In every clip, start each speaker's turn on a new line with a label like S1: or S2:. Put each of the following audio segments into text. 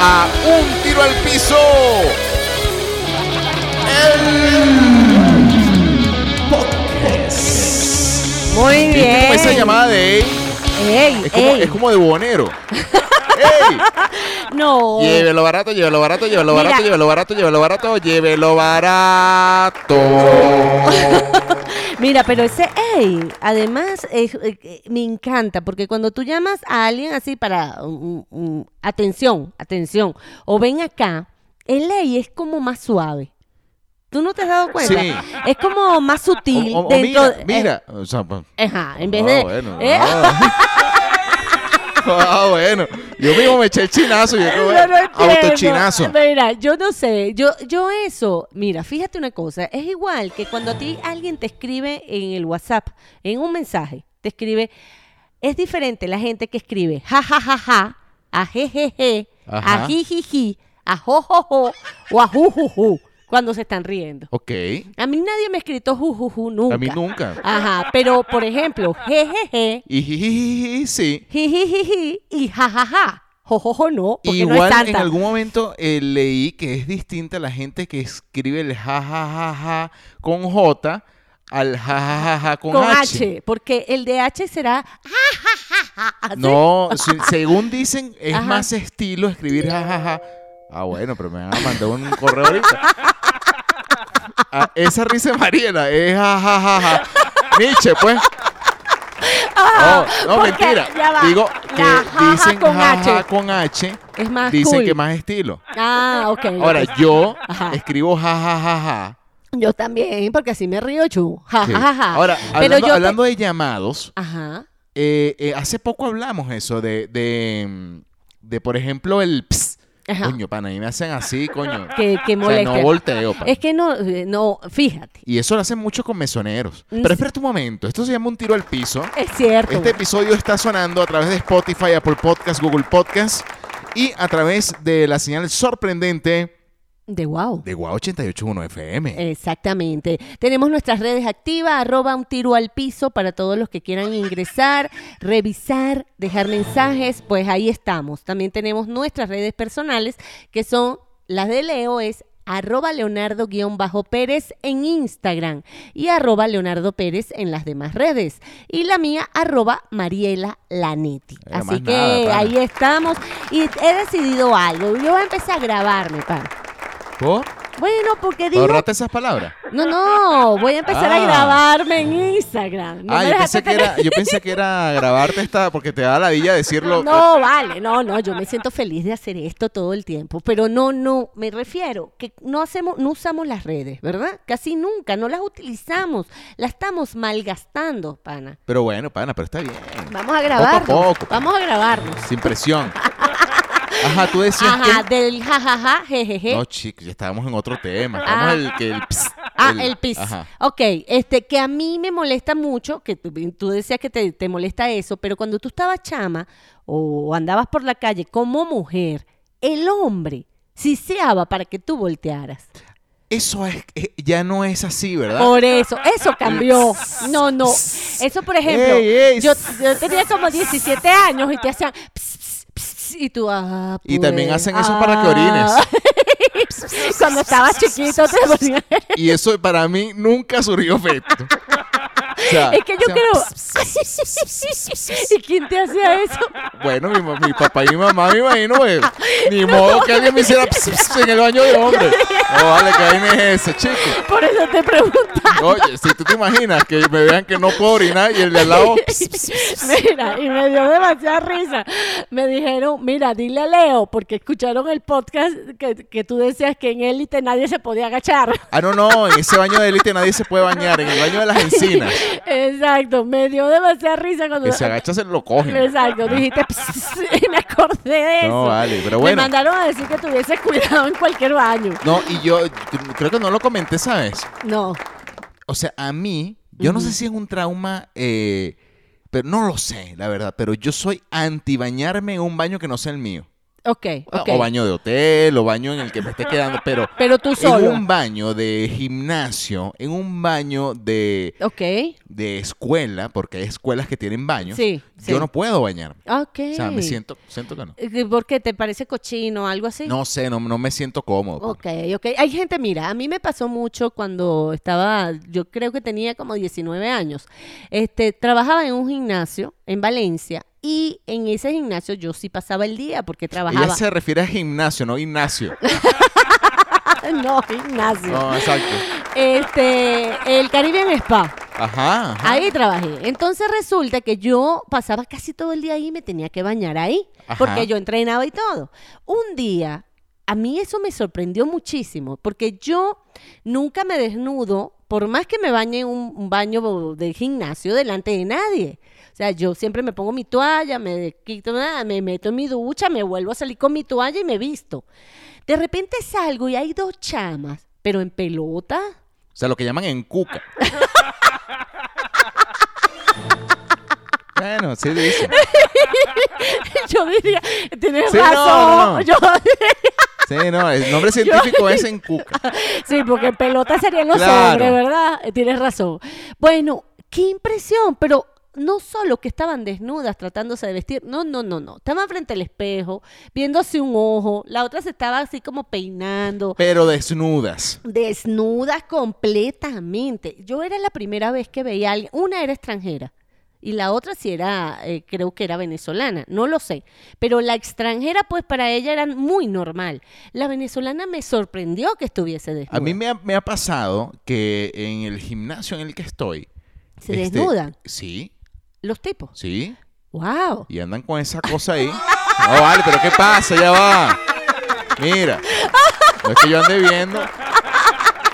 S1: a un tiro al piso. El podcast.
S2: Muy bien.
S1: ¿Viste cómo esa llamada de él?
S2: Ey,
S1: Es como,
S2: ey.
S1: es como de buhonero. ¡Ey!
S2: No.
S1: Llévelo barato, llévelo barato, llévelo
S2: Mira.
S1: barato, llévelo barato, llévelo barato, llévelo barato.
S2: Mira, pero ese hey, además es- eh, eh, me encanta porque cuando tú llamas a alguien así para mm, mm, mm, atención, atención, o ven acá, el hey es como más suave. ¿Tú no te has dado cuenta?
S1: Sí.
S2: Es como más sutil
S1: O- o- o
S2: dentro.
S1: mira,
S2: de-
S1: mira. O sea, pa-
S2: eh, ajá, en vez
S1: ah,
S2: de.
S1: Bueno,
S2: eh,
S1: ah. Ah, bueno. Yo mismo me eché el chinazo. Yo, eh,
S2: Yo
S1: como,
S2: no entiendo.
S1: autochinazo.
S2: Mira, yo no sé. Yo, yo eso, mira, fíjate una cosa. Es igual que cuando a ti alguien te escribe en el WhatsApp, en un mensaje, te escribe. Es diferente la gente que escribe ja ja ja ja, a jejeje,
S1: Ajá.
S2: a jijiji, a jojojo o a jujuju cuando se están riendo.
S1: Ok.
S2: A mí nadie me ha escrito jujuju nunca.
S1: A mí nunca.
S2: Ajá, pero por ejemplo, jejeje,
S1: Y jijijiji, sí.
S2: jijijiji y jajaja. Jojojo no, porque
S1: Igual
S2: no es santa.
S1: en algún momento eh, leí que es distinta la gente que escribe el ja ja ja ja con J al ja ja ja ja con,
S2: con H. porque el de H será así.
S1: No, se- según dicen, es
S2: ¿Ah, Ajá.
S1: más estilo escribir jajaja. Ah, bueno, pero me van a mandar un correo ahorita. Ah, esa risa de Mariela es jajajaja. Nietzsche, pues. No,
S2: Ah,
S1: no,
S2: porque
S1: mentira.
S2: ya va,
S1: Digo
S2: la
S1: que
S2: jaja
S1: dicen
S2: con
S1: jaja
S2: H.
S1: con H.
S2: es más
S1: Dicen
S2: cool.
S1: que más estilo.
S2: Ah, ok.
S1: Ahora,
S2: ok.
S1: yo
S2: Ajá.
S1: escribo jajajaja.
S2: Yo también, porque así me río yo. Ja,
S1: Sí.
S2: ja, ja, ja.
S1: Ahora,
S2: Pero
S1: hablando,
S2: yo te-
S1: hablando de llamados,
S2: Ajá.
S1: eh, eh, hace poco hablamos eso de, de, mm, de, por ejemplo, el ps.
S2: Ajá.
S1: Coño, pana, a mí me hacen así, coño.
S2: Que, que
S1: o sea,
S2: molesta.
S1: no volteo, pana.
S2: es que no, eh, no, fíjate.
S1: Y eso lo hacen mucho con mesoneros.
S2: Mm,
S1: Pero
S2: sí.
S1: espérate un momento, esto se llama un tiro al piso.
S2: Es cierto.
S1: Este episodio está sonando a través de Spotify, Apple Podcast, Google Podcast y a través de la señal sorprendente
S2: de wow.
S1: de Guau 881 FM.
S2: Eh, Exactamente. Tenemos nuestras redes activas, arroba un tiro al piso para todos los que quieran ingresar, revisar, dejar mensajes, pues ahí estamos. También tenemos nuestras redes personales, que son las de Leo, es arroba leonardo-pérez en Instagram y arroba leonardo pérez en las demás redes. Y la mía, arroba mariela lanetti.
S1: Eh, más
S2: Así que
S1: nada, pana.
S2: ahí estamos. Y he decidido algo. Yo voy a empezar a grabarme, pan.
S1: ¿Por?
S2: Bueno, porque digo
S1: ¿Ahorrate esas palabras?
S2: no, no, voy a empezar
S1: Ah.
S2: a grabarme en Instagram. No
S1: ah,
S2: me
S1: yo
S2: dejaste
S1: pensé, que era,
S2: tener-
S1: yo pensé que era grabarte esta porque te da la villa decirlo.
S2: No, vale, no, no, yo me siento feliz de hacer esto todo el tiempo, pero no, no, me refiero que no hacemos, no usamos las redes, ¿verdad? Casi nunca, no las utilizamos, las estamos malgastando, pana.
S1: Pero bueno, pana, pero está bien.
S2: Vamos a grabarnos,
S1: poco, pana.
S2: vamos a grabarnos.
S1: Sin presión. Ajá, tú decías
S2: Ajá,
S1: que...
S2: del jajaja, jejeje.
S1: No, chicos, ya estábamos en otro tema. Estábamos
S2: Ah.
S1: el que el ps-
S2: Ah, el, pis.
S1: Ajá.
S2: Ok, este, que a mí me molesta mucho, que tú, tú decías que te, te molesta eso, pero cuando tú estabas chama o andabas por la calle como mujer, el hombre siseaba para que tú voltearas.
S1: Eso es, eh, ya no es así, ¿verdad?
S2: Por eso, eso cambió. No, no. Eso, por ejemplo,
S1: Ey, ey,
S2: yo, yo tenía como 17 años y te hacían... ps, ps, ps, y tú... ah,
S1: Y también
S2: pues,
S1: hacen eso para que orines.
S2: ah. Cuando estabas chiquito te ponían...
S1: Y eso para mí nunca surgió efecto. O sea,
S2: Es que yo
S1: o sea,
S2: creo. ¿Y quién te hacía eso?
S1: Bueno, mi, ma- mi papá y mi mamá, me imagino, güey. Ni modo que alguien me hiciera ps- ps- en el baño de hombre. No vale, que ahí me es eso, chico.
S2: Por eso te preguntaba.
S1: Oye, si tú te imaginas que me vean que no puedo orinar y el de al lado. ps- ps- ps-
S2: Mira, y me dio demasiada risa. Me dijeron, mira, dile a Leo, porque escucharon el podcast que, que tú decías que en élite nadie se podía agachar.
S1: Ah, no, no, en ese baño de élite nadie se puede bañar, en el baño de las encinas.
S2: Exacto, me dio demasiada risa cuando...
S1: Que se agacha se lo cogen.
S2: Exacto, dijiste, "Pss", y me acordé de eso.
S1: No, vale, pero
S2: Me
S1: bueno.
S2: mandaron a decir que tuviese cuidado en cualquier baño.
S1: No, y yo yo creo que no lo comenté, ¿sabes?
S2: No,
S1: O sea, a mí, yo no sé
S2: Ujú.
S1: si es un trauma, eh, pero no lo sé, la verdad, pero yo soy anti bañarme en un baño que no sea el mío.
S2: Ok, ok.
S1: O baño de hotel, o baño en el que me esté quedando, pero
S2: Pero tú solo.
S1: en un baño de gimnasio, en un baño de,
S2: Ok.
S1: de escuela, porque hay escuelas que tienen baños,
S2: Sí, sí.
S1: yo no puedo bañarme.
S2: Ok.
S1: O sea, me siento, siento que no.
S2: Eh, ¿Por qué? ¿Te parece cochino o algo así?
S1: No sé, no, no me siento cómodo. pues.
S2: Ok, ok. Hay gente, mira, a mí me pasó mucho cuando estaba, yo creo que tenía como 19 años. Este, trabajaba en un gimnasio en Valencia y en ese gimnasio yo sí pasaba el día porque
S1: Ella
S2: trabajaba.
S1: se refiere a gimnasio, no gimnasio.
S2: no, gimnasio.
S1: No, exacto.
S2: Este, el Caribbean Spa.
S1: Ajá. ajá.
S2: Ahí trabajé. Entonces resulta que yo pasaba casi todo el día ahí y me tenía que bañar ahí,
S1: Ajá.
S2: porque yo entrenaba y todo. Un día, a mí eso me sorprendió muchísimo, porque yo nunca me desnudo, por más que me bañe en un, un baño de gimnasio delante de nadie. O sea, yo siempre me pongo mi toalla, me quito nada, me meto en mi ducha, me vuelvo a salir con mi toalla y me visto. De repente salgo y hay dos chamas, pero en pelota.
S1: O sea, lo que llaman en cuca. bueno, sí dice.
S2: Yo diría, tienes
S1: Sí, no,
S2: razón.
S1: no, no.
S2: Yo-
S1: Sí, no, el nombre científico es en cuca.
S2: sí, porque en pelota serían los
S1: Claro.
S2: hombres, ¿verdad? Eh, Tienes razón. Bueno, qué impresión, pero no solo que estaban desnudas tratándose de vestir, no, no, no, no. Estaban frente al espejo, viéndose un ojo, la otra se estaba así como peinando.
S1: Pero desnudas.
S2: Desnudas completamente. Yo era la primera vez que veía a alguien. Una era extranjera y la otra sí era, eh, creo que era venezolana, no lo sé. Pero la extranjera, pues para ella era muy normal. La venezolana me sorprendió que estuviese desnuda.
S1: A mí me ha, me ha pasado que en el gimnasio en el que estoy.
S2: Se
S1: este,
S2: desnudan
S1: Sí,
S2: los tipos.
S1: sí.
S2: ¡Wow!
S1: Y andan con esa cosa ahí. No, vale, pero ¿qué pasa? Ya va. Mira. No es que yo ande viendo.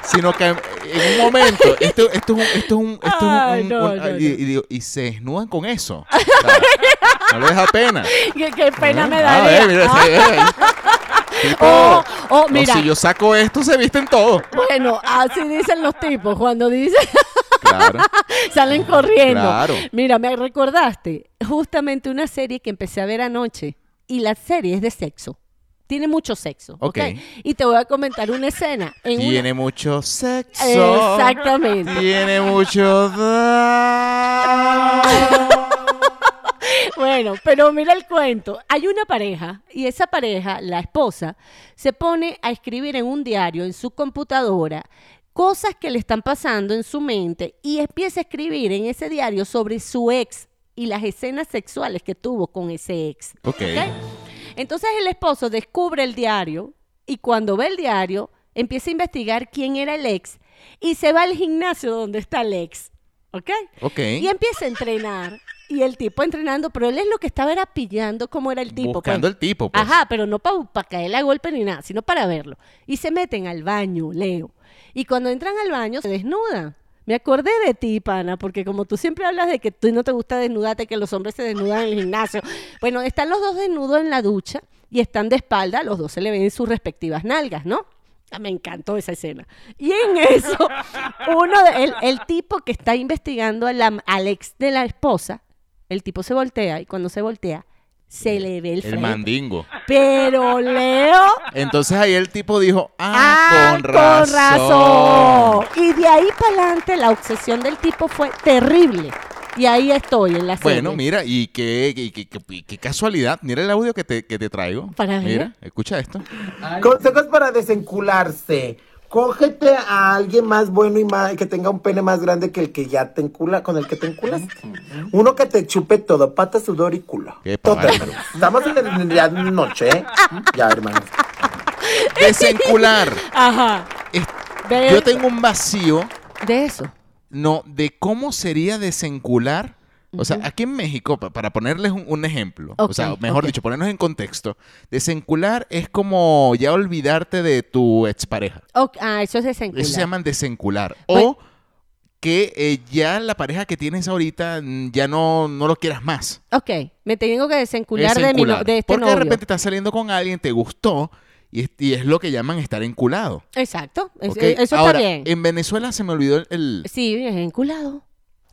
S1: Sino que en un momento, esto, esto es un, esto es un, esto es un-
S2: Ay,
S1: un-
S2: no,
S1: un-
S2: no,
S1: y,
S2: no.
S1: y digo, y se desnudan con eso. O sea, no les da pena.
S2: ¡Qué, qué pena
S1: Ah,
S2: me
S1: a
S2: daría!
S1: ver, mira,
S2: Ah,
S1: sí, eh. Tipo,
S2: oh, oh,
S1: no,
S2: mira.
S1: si yo saco esto, se visten todos.
S2: Bueno, así dicen los tipos cuando dicen...
S1: Claro.
S2: Salen corriendo.
S1: Claro.
S2: Mira, me recordaste justamente una serie que empecé a ver anoche y la serie es de sexo. Tiene mucho sexo. Ok.
S1: Ok.
S2: Y te voy a comentar una escena. En una-
S1: Tiene mucho sexo.
S2: Exactamente.
S1: Tiene mucho. da-
S2: Bueno, pero mira el cuento. Hay una pareja y esa pareja, la esposa, se pone a escribir en un diario, en su computadora, cosas que le están pasando en su mente y empieza a escribir en ese diario sobre su ex y las escenas sexuales que tuvo con ese ex.
S1: Ok.
S2: ¿ok? Entonces el esposo descubre el diario y cuando ve el diario empieza a investigar quién era el ex y se va al gimnasio donde está el ex. ¿Ok?
S1: Ok.
S2: Y empieza a entrenar. Y el tipo entrenando, pero él es lo que estaba era pillando cómo era el tipo.
S1: Buscando
S2: pues.
S1: el tipo. Pues.
S2: Ajá, pero no para caerle a golpe ni nada, sino para verlo. Y se meten al baño, Leo. Y cuando entran al baño se desnudan. Me acordé de ti, pana, porque como tú siempre hablas de que tú no te gusta desnudarte, que los hombres se desnudan en el gimnasio. Bueno, están los dos desnudos en la ducha y están de espalda, los dos se le ven sus respectivas nalgas, ¿no? Ah, Me encantó esa escena. Y en eso, uno de- el, el tipo que está investigando a la- al ex de la esposa, el tipo se voltea y cuando se voltea, se le ve el,
S1: El
S2: frente.
S1: mandingo.
S2: Pero Leo.
S1: Entonces ahí el tipo dijo, ah,
S2: Ah,
S1: con, razón.
S2: Y de ahí para adelante la obsesión del tipo fue terrible. Y ahí estoy en la serie.
S1: Bueno, mira, y qué, y qué- qué- y qué casualidad. Mira el audio que te, que te traigo.
S2: Para ver.
S1: Mira, escucha esto.
S3: Consejos para desencularse. Cógete a alguien más bueno y más, que tenga un pene más grande que el que ya te encula, con el que te enculaste. Uno que te chupe todo, pata, sudor y culo.
S1: Qué
S3: Todo.
S1: bárbaro.
S3: Estamos en la noche, ¿eh? Ya, hermano.
S1: Desencular.
S2: Ajá.
S1: Es-
S2: De,
S1: Yo tengo un vacío,
S2: de eso.
S1: no, de cómo sería desencular. O sea, aquí en México, pa- para ponerles un, un ejemplo, o sea,
S2: Ok,
S1: mejor
S2: ok.
S1: dicho, ponernos en contexto, desencular es como ya olvidarte de tu expareja.
S2: Ok, ah, eso es desencular.
S1: Eso se llaman desencular.
S2: Bueno.
S1: O que eh, ya la pareja que tienes ahorita mm, ya no, no lo quieras más.
S2: Ok, me tengo que desencular, de, mi no-
S1: Desencular.
S2: de este
S1: Porque de
S2: novio.
S1: repente estás saliendo con alguien, te gustó, y es, y es lo que llaman estar enculado.
S2: Exacto. Es- eh,
S1: ¿ok?
S2: Eso
S1: Ahora, em-
S2: está bien.
S1: En Venezuela se me olvidó el.
S2: Sí, es enculado.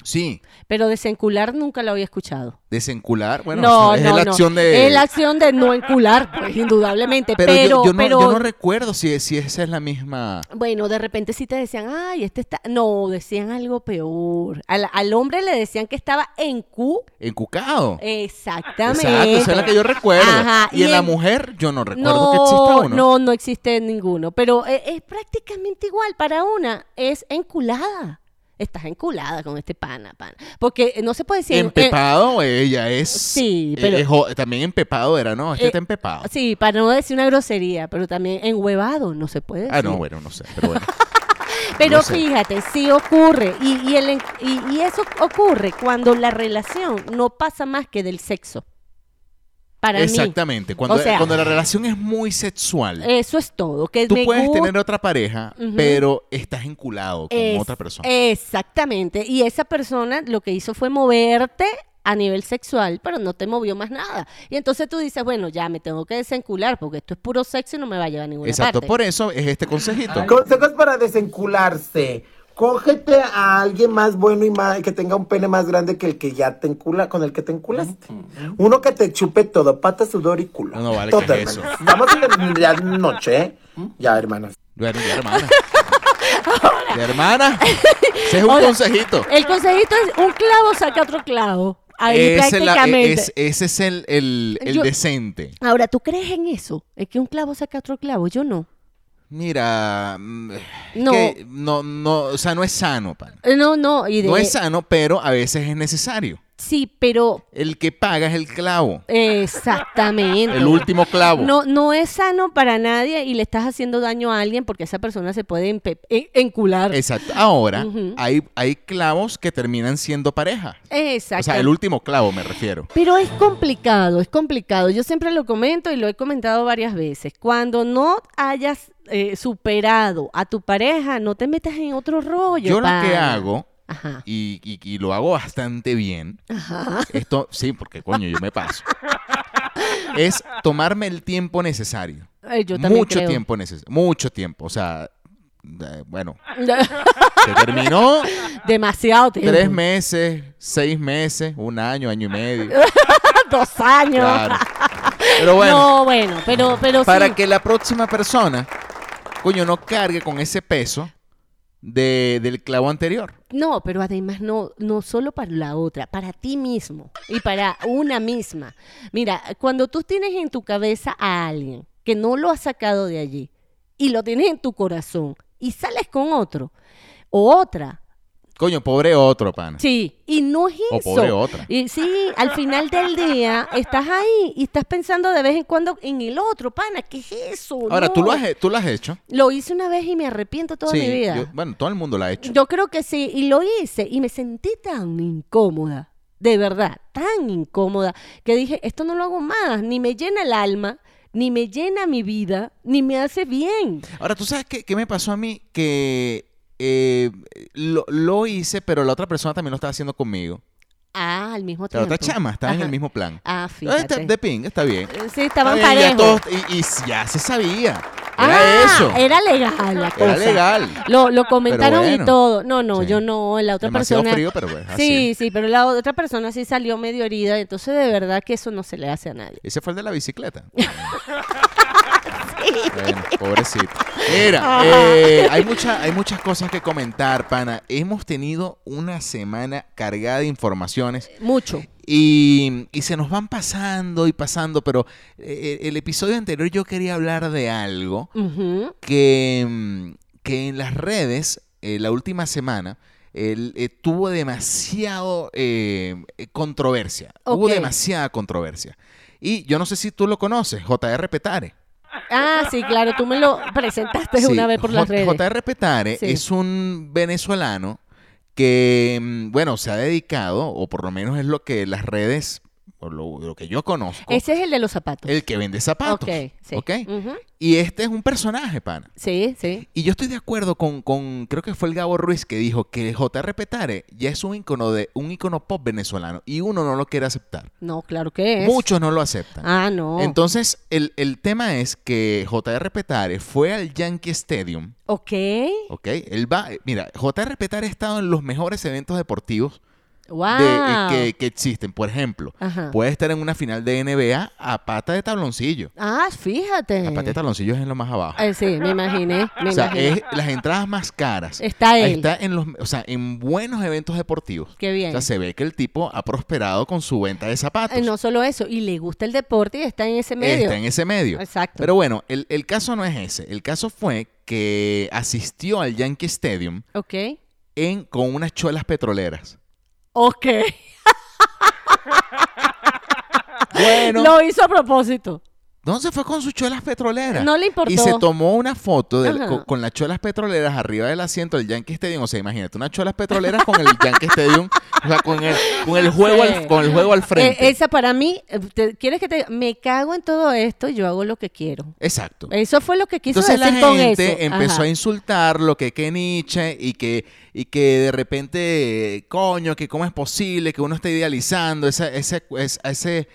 S1: Sí,
S2: Pero desencular nunca lo había escuchado.
S1: desencular. Bueno,
S2: no,
S1: es
S2: no,
S1: la
S2: no.
S1: acción de.
S2: Es la acción de no encular, pues, indudablemente.
S1: Pero,
S2: Pero,
S1: yo- yo, no,
S2: pero-
S1: yo no recuerdo si, si esa es la misma.
S2: Bueno, de repente sí te decían, ay, este está. No, decían algo peor. Al, al hombre le decían que estaba en Q.
S1: Encucado.
S2: Exactamente.
S1: Exacto, esa es la que yo recuerdo.
S2: Eh, Ajá,
S1: Y,
S2: y
S1: en la
S2: en-
S1: mujer, yo no recuerdo
S2: no,
S1: que exista uno.
S2: no, no existe ninguno. Pero e- es, prácticamente igual. Para una es enculada. Estás enculada con este pana, pana. Porque eh, no se puede decir. en- eh,
S1: empepado, ella es. eh,
S2: sí, pero-
S1: es jo- también empepado era, ¿no? Este
S2: Eh,
S1: está empepado.
S2: Sí, para no decir una grosería, pero también enhuevado no se puede decir.
S1: Ah, no, bueno, no sé, pero bueno.
S2: pero
S1: no sé.
S2: fíjate, sí ocurre. Y, y, el en- y- y eso ocurre cuando la relación no pasa más que del sexo. Para
S1: Exactamente. Cuando,
S2: O sea-
S1: cuando la relación es muy sexual,
S2: mí, eso es todo. Que
S1: tú
S2: me
S1: puedes
S2: gusta-
S1: tener otra pareja,
S2: Ujú.
S1: pero estás enculado con
S2: Es-
S1: otra persona.
S2: Exactamente. Y esa persona lo que hizo fue moverte a nivel sexual, pero no te movió más nada. Y entonces tú dices, bueno, ya me tengo que desencular porque esto es puro sexo y no me va a llevar a ninguna
S1: Exacto,
S2: parte.
S1: por eso es este consejito.
S3: Consejos para desencularse. Cógete a alguien más bueno y más, que tenga un pene más grande que el que ya te encula, con el que te enculaste. Uno que te chupe todo, pata, sudor y culo.
S1: No, no vale,
S3: Todo,
S1: ¿qué es
S3: hermanos. Vamos a terminar la noche, ¿eh? Ya, hermanas.
S1: Bueno, ya hermana. Ya hermana. Ese es un
S2: Ahora,
S1: consejito.
S2: El consejito es un clavo saca otro clavo. Ahí
S1: Ese, es la-
S2: prácticamente.
S1: es- ese es el, el- el
S2: Yo-
S1: decente.
S2: Ahora, ¿tú crees en eso? ¿Es que un clavo saca otro clavo? Yo no.
S1: Mira, mm, es
S2: No.
S1: que no, no, o sea, no es sano, pana.
S2: Eh, No, no. Y de-
S1: No es sano, pero a veces es necesario.
S2: Sí, pero
S1: El que paga es el clavo,
S2: exactamente.
S1: el último clavo.
S2: No, no es sano para nadie y le estás haciendo daño a alguien porque esa persona se puede empe- en- encular.
S1: Exacto. Ahora,
S2: Ujú.
S1: hay, hay clavos que terminan siendo pareja.
S2: Exacto.
S1: O sea, el último clavo me refiero.
S2: Pero es complicado, es complicado. Yo siempre lo comento y lo he comentado varias veces. Cuando no hayas eh, superado a tu pareja, no te metas en otro rollo.
S1: Yo lo que
S2: pana.
S1: hago,
S2: Ajá.
S1: y, y- y lo hago bastante bien,
S2: Ah. Ajá.
S1: esto, sí, porque coño, yo me paso, es tomarme el tiempo necesario.
S2: Eh, yo también
S1: Mucho
S2: creo.
S1: tiempo necesario. Mucho tiempo. O sea, eh, bueno, se terminó
S2: Demasiado tiempo.
S1: tres meses, seis meses, un año, año y medio.
S2: Dos años.
S1: Claro. Pero bueno.
S2: no, bueno, pero, pero
S1: para
S2: sí.
S1: que la próxima persona, coño, no cargue con ese peso de- del clavo anterior.
S2: No, pero además no, no solo para la otra, para ti mismo y para una misma. Mira, cuando tú tienes en tu cabeza a alguien que no lo has sacado de allí y lo tienes en tu corazón y sales con otro o otra,
S1: Coño, pobre otro, pana.
S2: sí, y no es
S1: O
S2: eso.
S1: pobre otra.
S2: Y sí, al final del día estás ahí y estás pensando de vez en cuando en el otro, pana, ¿qué es eso?
S1: Ahora, ¿tú,
S2: No.
S1: lo has, he- tú lo has hecho.
S2: Lo hice una vez y me arrepiento toda
S1: sí,
S2: mi vida.
S1: yo- bueno, todo el mundo lo ha hecho.
S2: Yo creo que sí, y lo hice, y me sentí tan incómoda, de verdad, tan incómoda, que dije, esto no lo hago más, ni me llena el alma, ni me llena mi vida, ni me hace bien.
S1: Ahora, ¿tú sabes qué, qué me pasó a mí? Que eh, lo, lo hice, pero la otra persona también lo estaba haciendo conmigo.
S2: Ah, al mismo
S1: La
S2: tiempo.
S1: otra chama estaba en
S2: Ajá.
S1: el mismo plan.
S2: Ah,
S1: Ah, está
S2: fíjate.
S1: de ping, está bien.
S2: Sí, estaban
S1: Está bien, ya
S2: parejos.
S1: todos- y, y ya se sabía. Era
S2: ah,
S1: eso. Era,
S2: Era legal la cosa.
S1: legal.
S2: Lo, lo comentaron
S1: bueno.
S2: y todo. No, no,
S1: Sí.
S2: yo no, la otra
S1: Demasiado
S2: persona.
S1: frío, pero bueno, así
S2: sí, sí, pero la otra persona sí salió medio herida, entonces de verdad que eso no se le hace a nadie.
S1: Ese fue el de la bicicleta. Bueno, pobrecito. Mira,
S2: Ah.
S1: eh, hay, mucha, hay muchas cosas que comentar, pana. Hemos tenido una semana cargada de informaciones
S2: Mucho.
S1: y, y se nos van pasando y pasando, pero eh, el episodio anterior yo quería hablar de algo
S2: Ujú.
S1: que, mm, que en las redes, eh, la última semana, el, eh, tuvo demasiado eh, eh, controversia. Hubo
S2: Ok.
S1: demasiada controversia. Y yo no sé si tú lo conoces, J.R. Petare.
S2: Ah, sí, claro, tú me lo presentaste Pues
S1: Sí,
S2: una vez por las
S1: J-
S2: redes.
S1: J.R. Petare
S2: Sí.
S1: es un venezolano que, mm, bueno, se ha dedicado, o por lo menos es lo que las redes o lo, lo que yo conozco,
S2: Ese es el de los zapatos.
S1: el que vende zapatos.
S2: Ok, sí. Mm.
S1: ¿ok?
S2: Ujú.
S1: Y este es un personaje, pana.
S2: Sí, sí.
S1: Y yo estoy de acuerdo con, con- creo que fue el Gabo Ruiz que dijo que J.R. Petare ya es un icono de un icono pop venezolano y uno no lo quiere aceptar.
S2: No, claro que es.
S1: Muchos no lo aceptan.
S2: Ah, no.
S1: Entonces, el, el tema es que J.R. Petare fue al Yankee Stadium,
S2: ok.
S1: ¿ok? Él va, mira, J.R. Petare ha estado en los mejores eventos deportivos
S2: Wow.
S1: de- eh, que, que existen. Por ejemplo,
S2: Ajá.
S1: puede estar en una final de NBA a pata de tabloncillo.
S2: Ah, fíjate.
S1: A pata de tabloncillo es en lo más abajo.
S2: Eh, sí, me imaginé. Me
S1: O sea,
S2: imaginé.
S1: es las entradas más caras.
S2: Está él.
S1: Está en los, o sea, en buenos eventos deportivos.
S2: Qué bien.
S1: O sea, se ve que el tipo ha prosperado con su venta de zapatos.
S2: Eh, no solo eso, y le gusta el deporte y está en ese medio.
S1: Está en ese medio.
S2: Exacto.
S1: Pero bueno, el, el caso no es ese. El caso fue que asistió al Yankee Stadium
S2: Ok.
S1: en, con unas cholas petroleras.
S2: Ok.
S1: Bueno,
S2: Lo hizo a propósito.
S1: entonces fue con sus cholas petroleras.
S2: No le importó.
S1: Y se tomó una foto del-
S2: Ajá.
S1: con, con las cholas petroleras arriba del asiento del Yankee Stadium. O sea, imagínate, unas cholas petroleras con el Yankee Stadium. O sea, con el, con el juego,
S2: Sí.
S1: al, con el juego al frente.
S2: Eh, esa para mí, eh, te- ¿quieres que te.? Me cago en todo esto y yo hago lo que quiero.
S1: Exacto.
S2: Eso fue lo que quiso
S1: Entonces la
S2: decir con eso.
S1: gente empezó
S2: Ajá.
S1: a insultar lo que que Nietzsche y que, y que de repente, eh, coño, que cómo es posible que uno esté idealizando esa, ese- es- a ese,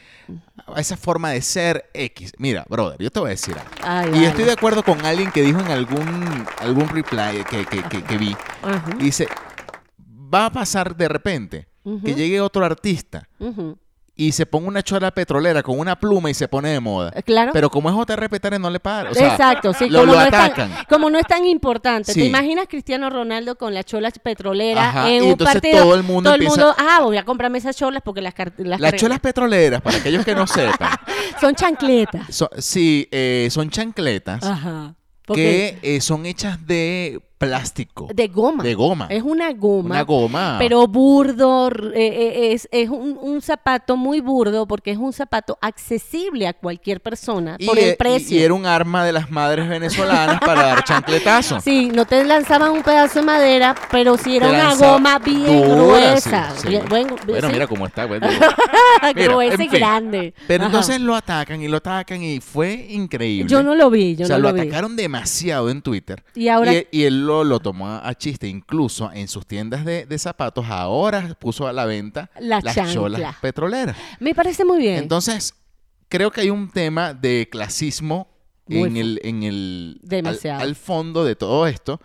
S1: a esa forma de ser X. Mira, brother, yo te voy a decir algo.
S2: Ay,
S1: y
S2: vale.
S1: estoy de acuerdo con alguien que dijo en algún, algún reply que, que- que- que vi.
S2: Ajá.
S1: Y dice, va a pasar de repente que
S2: Ujú.
S1: llegue otro artista
S2: Ujú.
S1: y se ponga una chola petrolera con una pluma y se pone de moda.
S2: Eh, Claro.
S1: Pero como es JR Petare, no le para. O sea,
S2: Exacto, sí,
S1: lo-
S2: como,
S1: lo
S2: no es tan,
S1: atacan.
S2: como no es tan importante.
S1: Sí.
S2: ¿Te imaginas Cristiano Ronaldo con la chola petrolera
S1: Ajá,
S2: en
S1: y
S2: un
S1: entonces
S2: partido?
S1: todo el mundo empieza-
S2: mundo, ah, voy a comprarme esas cholas porque las car- las,
S1: Las
S2: carreras-
S1: cholas petroleras, para aquellos que no sepan,
S2: son chancletas.
S1: so- sí, eh, son chancletas
S2: Ajá. Porque
S1: que eh, son hechas de plástico.
S2: de goma.
S1: de goma.
S2: Es una goma.
S1: Una goma.
S2: Pero burdo, r- eh, eh, es, es un, un zapato muy burdo porque es un zapato accesible a cualquier persona
S1: y,
S2: por
S1: eh,
S2: el
S1: y-
S2: precio.
S1: Y, era un arma de las madres venezolanas para dar chancletazo.
S2: Sí, no te lanzaban un pedazo de madera, pero si era
S1: Te
S2: una
S1: lanzaba
S2: goma bien
S1: dura,
S2: gruesa.
S1: sí, sí.
S2: bien- buen-
S1: Bueno,
S2: sí,
S1: mira cómo está. bueno. mira,
S2: gruesa y
S1: en fin.
S2: grande.
S1: Pero
S2: Ajá.
S1: entonces lo atacan y lo atacan y fue increíble.
S2: Yo no lo vi, yo
S1: o sea,
S2: no
S1: lo,
S2: lo, vi.
S1: atacaron demasiado en Twitter.
S2: Y ahora-
S1: él, y él lo, lo tomó a, a chiste. Incluso en sus tiendas de, de zapatos, ahora puso a la venta
S2: La
S1: las
S2: chancla.
S1: cholas petroleras.
S2: Me parece muy bien.
S1: Entonces, creo que hay un tema de clasismo
S2: Muy
S1: en
S2: fu-
S1: el, en el al-
S2: Demasiado.
S1: Al, fondo de todo esto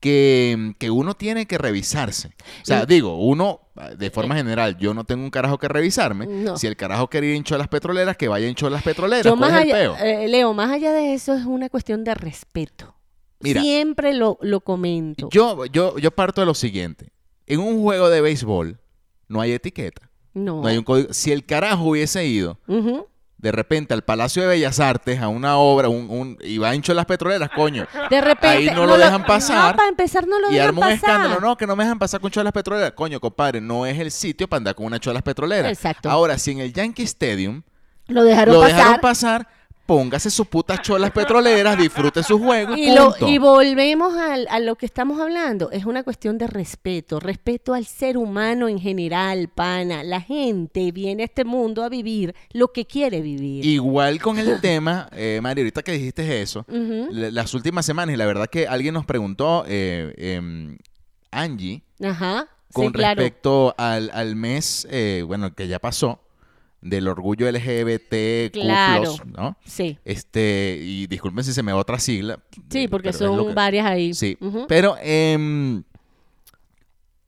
S1: que, que uno tiene que revisarse. O sea,
S2: Y-
S1: digo, uno, de forma general, yo no tengo un carajo que revisarme.
S2: No.
S1: Si el carajo quiere ir en cholas petroleras, que vaya en cholas petroleras.
S2: Yo
S1: ¿Cuál
S2: más
S1: es el
S2: allá,
S1: peo?
S2: eh, Leo, más allá de eso es una cuestión de respeto.
S1: Mira.
S2: Siempre lo, lo comento.
S1: yo, yo, yo parto de lo siguiente. En un juego de béisbol no hay etiqueta.
S2: no.
S1: No hay un código. Si el carajo hubiese ido
S2: Ujú.
S1: de repente al Palacio de Bellas Artes, a una obra, un, un- y va hincho las petroleras, coño.
S2: De repente.
S1: Ahí no lo dejan pasar.
S2: No, para empezar no lo
S1: y
S2: dejan
S1: arma un
S2: pasar.
S1: escándalo. No, que no me dejan pasar con cholas petroleras. Coño, compadre, no es el sitio para andar con una cholas petrolera.
S2: Exacto.
S1: Ahora, si en el Yankee Stadium
S2: Lo dejaron
S1: lo
S2: pasar.
S1: dejaron pasar, póngase sus putas cholas petroleras, disfrute su juego y,
S2: Y, lo-
S1: punto.
S2: y volvemos al- a, lo que estamos hablando. Es una cuestión de respeto, respeto al ser humano en general, pana. La gente viene a este mundo a vivir lo que quiere vivir.
S1: Igual con el tema, eh, Mari, ahorita que dijiste eso,
S2: Ujú.
S1: la- las últimas semanas, y la verdad que alguien nos preguntó, eh, em, Angie,
S2: Ajá.
S1: con
S2: sí, claro.
S1: respecto al, al mes, eh, bueno, que ya pasó, del orgullo LGBTQ+,
S2: Claro.
S1: ¿no?
S2: Sí.
S1: Este, y disculpen si se me va otra sigla.
S2: Sí,
S1: eh,
S2: porque
S1: pero es
S2: son
S1: lo que-
S2: varias ahí.
S1: Sí,
S2: Ujú.
S1: pero em,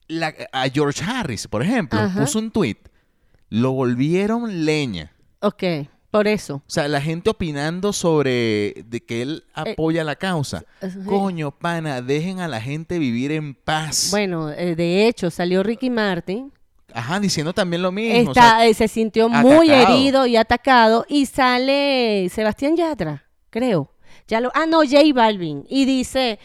S1: la- a George Harris, por ejemplo,
S2: Ajá.
S1: puso un tweet, lo volvieron leña.
S2: Ok, por eso.
S1: O sea, la gente opinando sobre de que él
S2: Eh,
S1: apoya la causa.
S2: Ajá.
S1: Coño, pana, dejen a la gente vivir en paz.
S2: Bueno, eh, de hecho, salió Ricky Martin.
S1: Ajá, diciendo también lo mismo. o sea,
S2: Está, eh, se sintió muy
S1: atacado.
S2: herido y atacado. Y sale Sebastián Yatra, creo. Ya lo, ah, no, J Balvin. Y dice,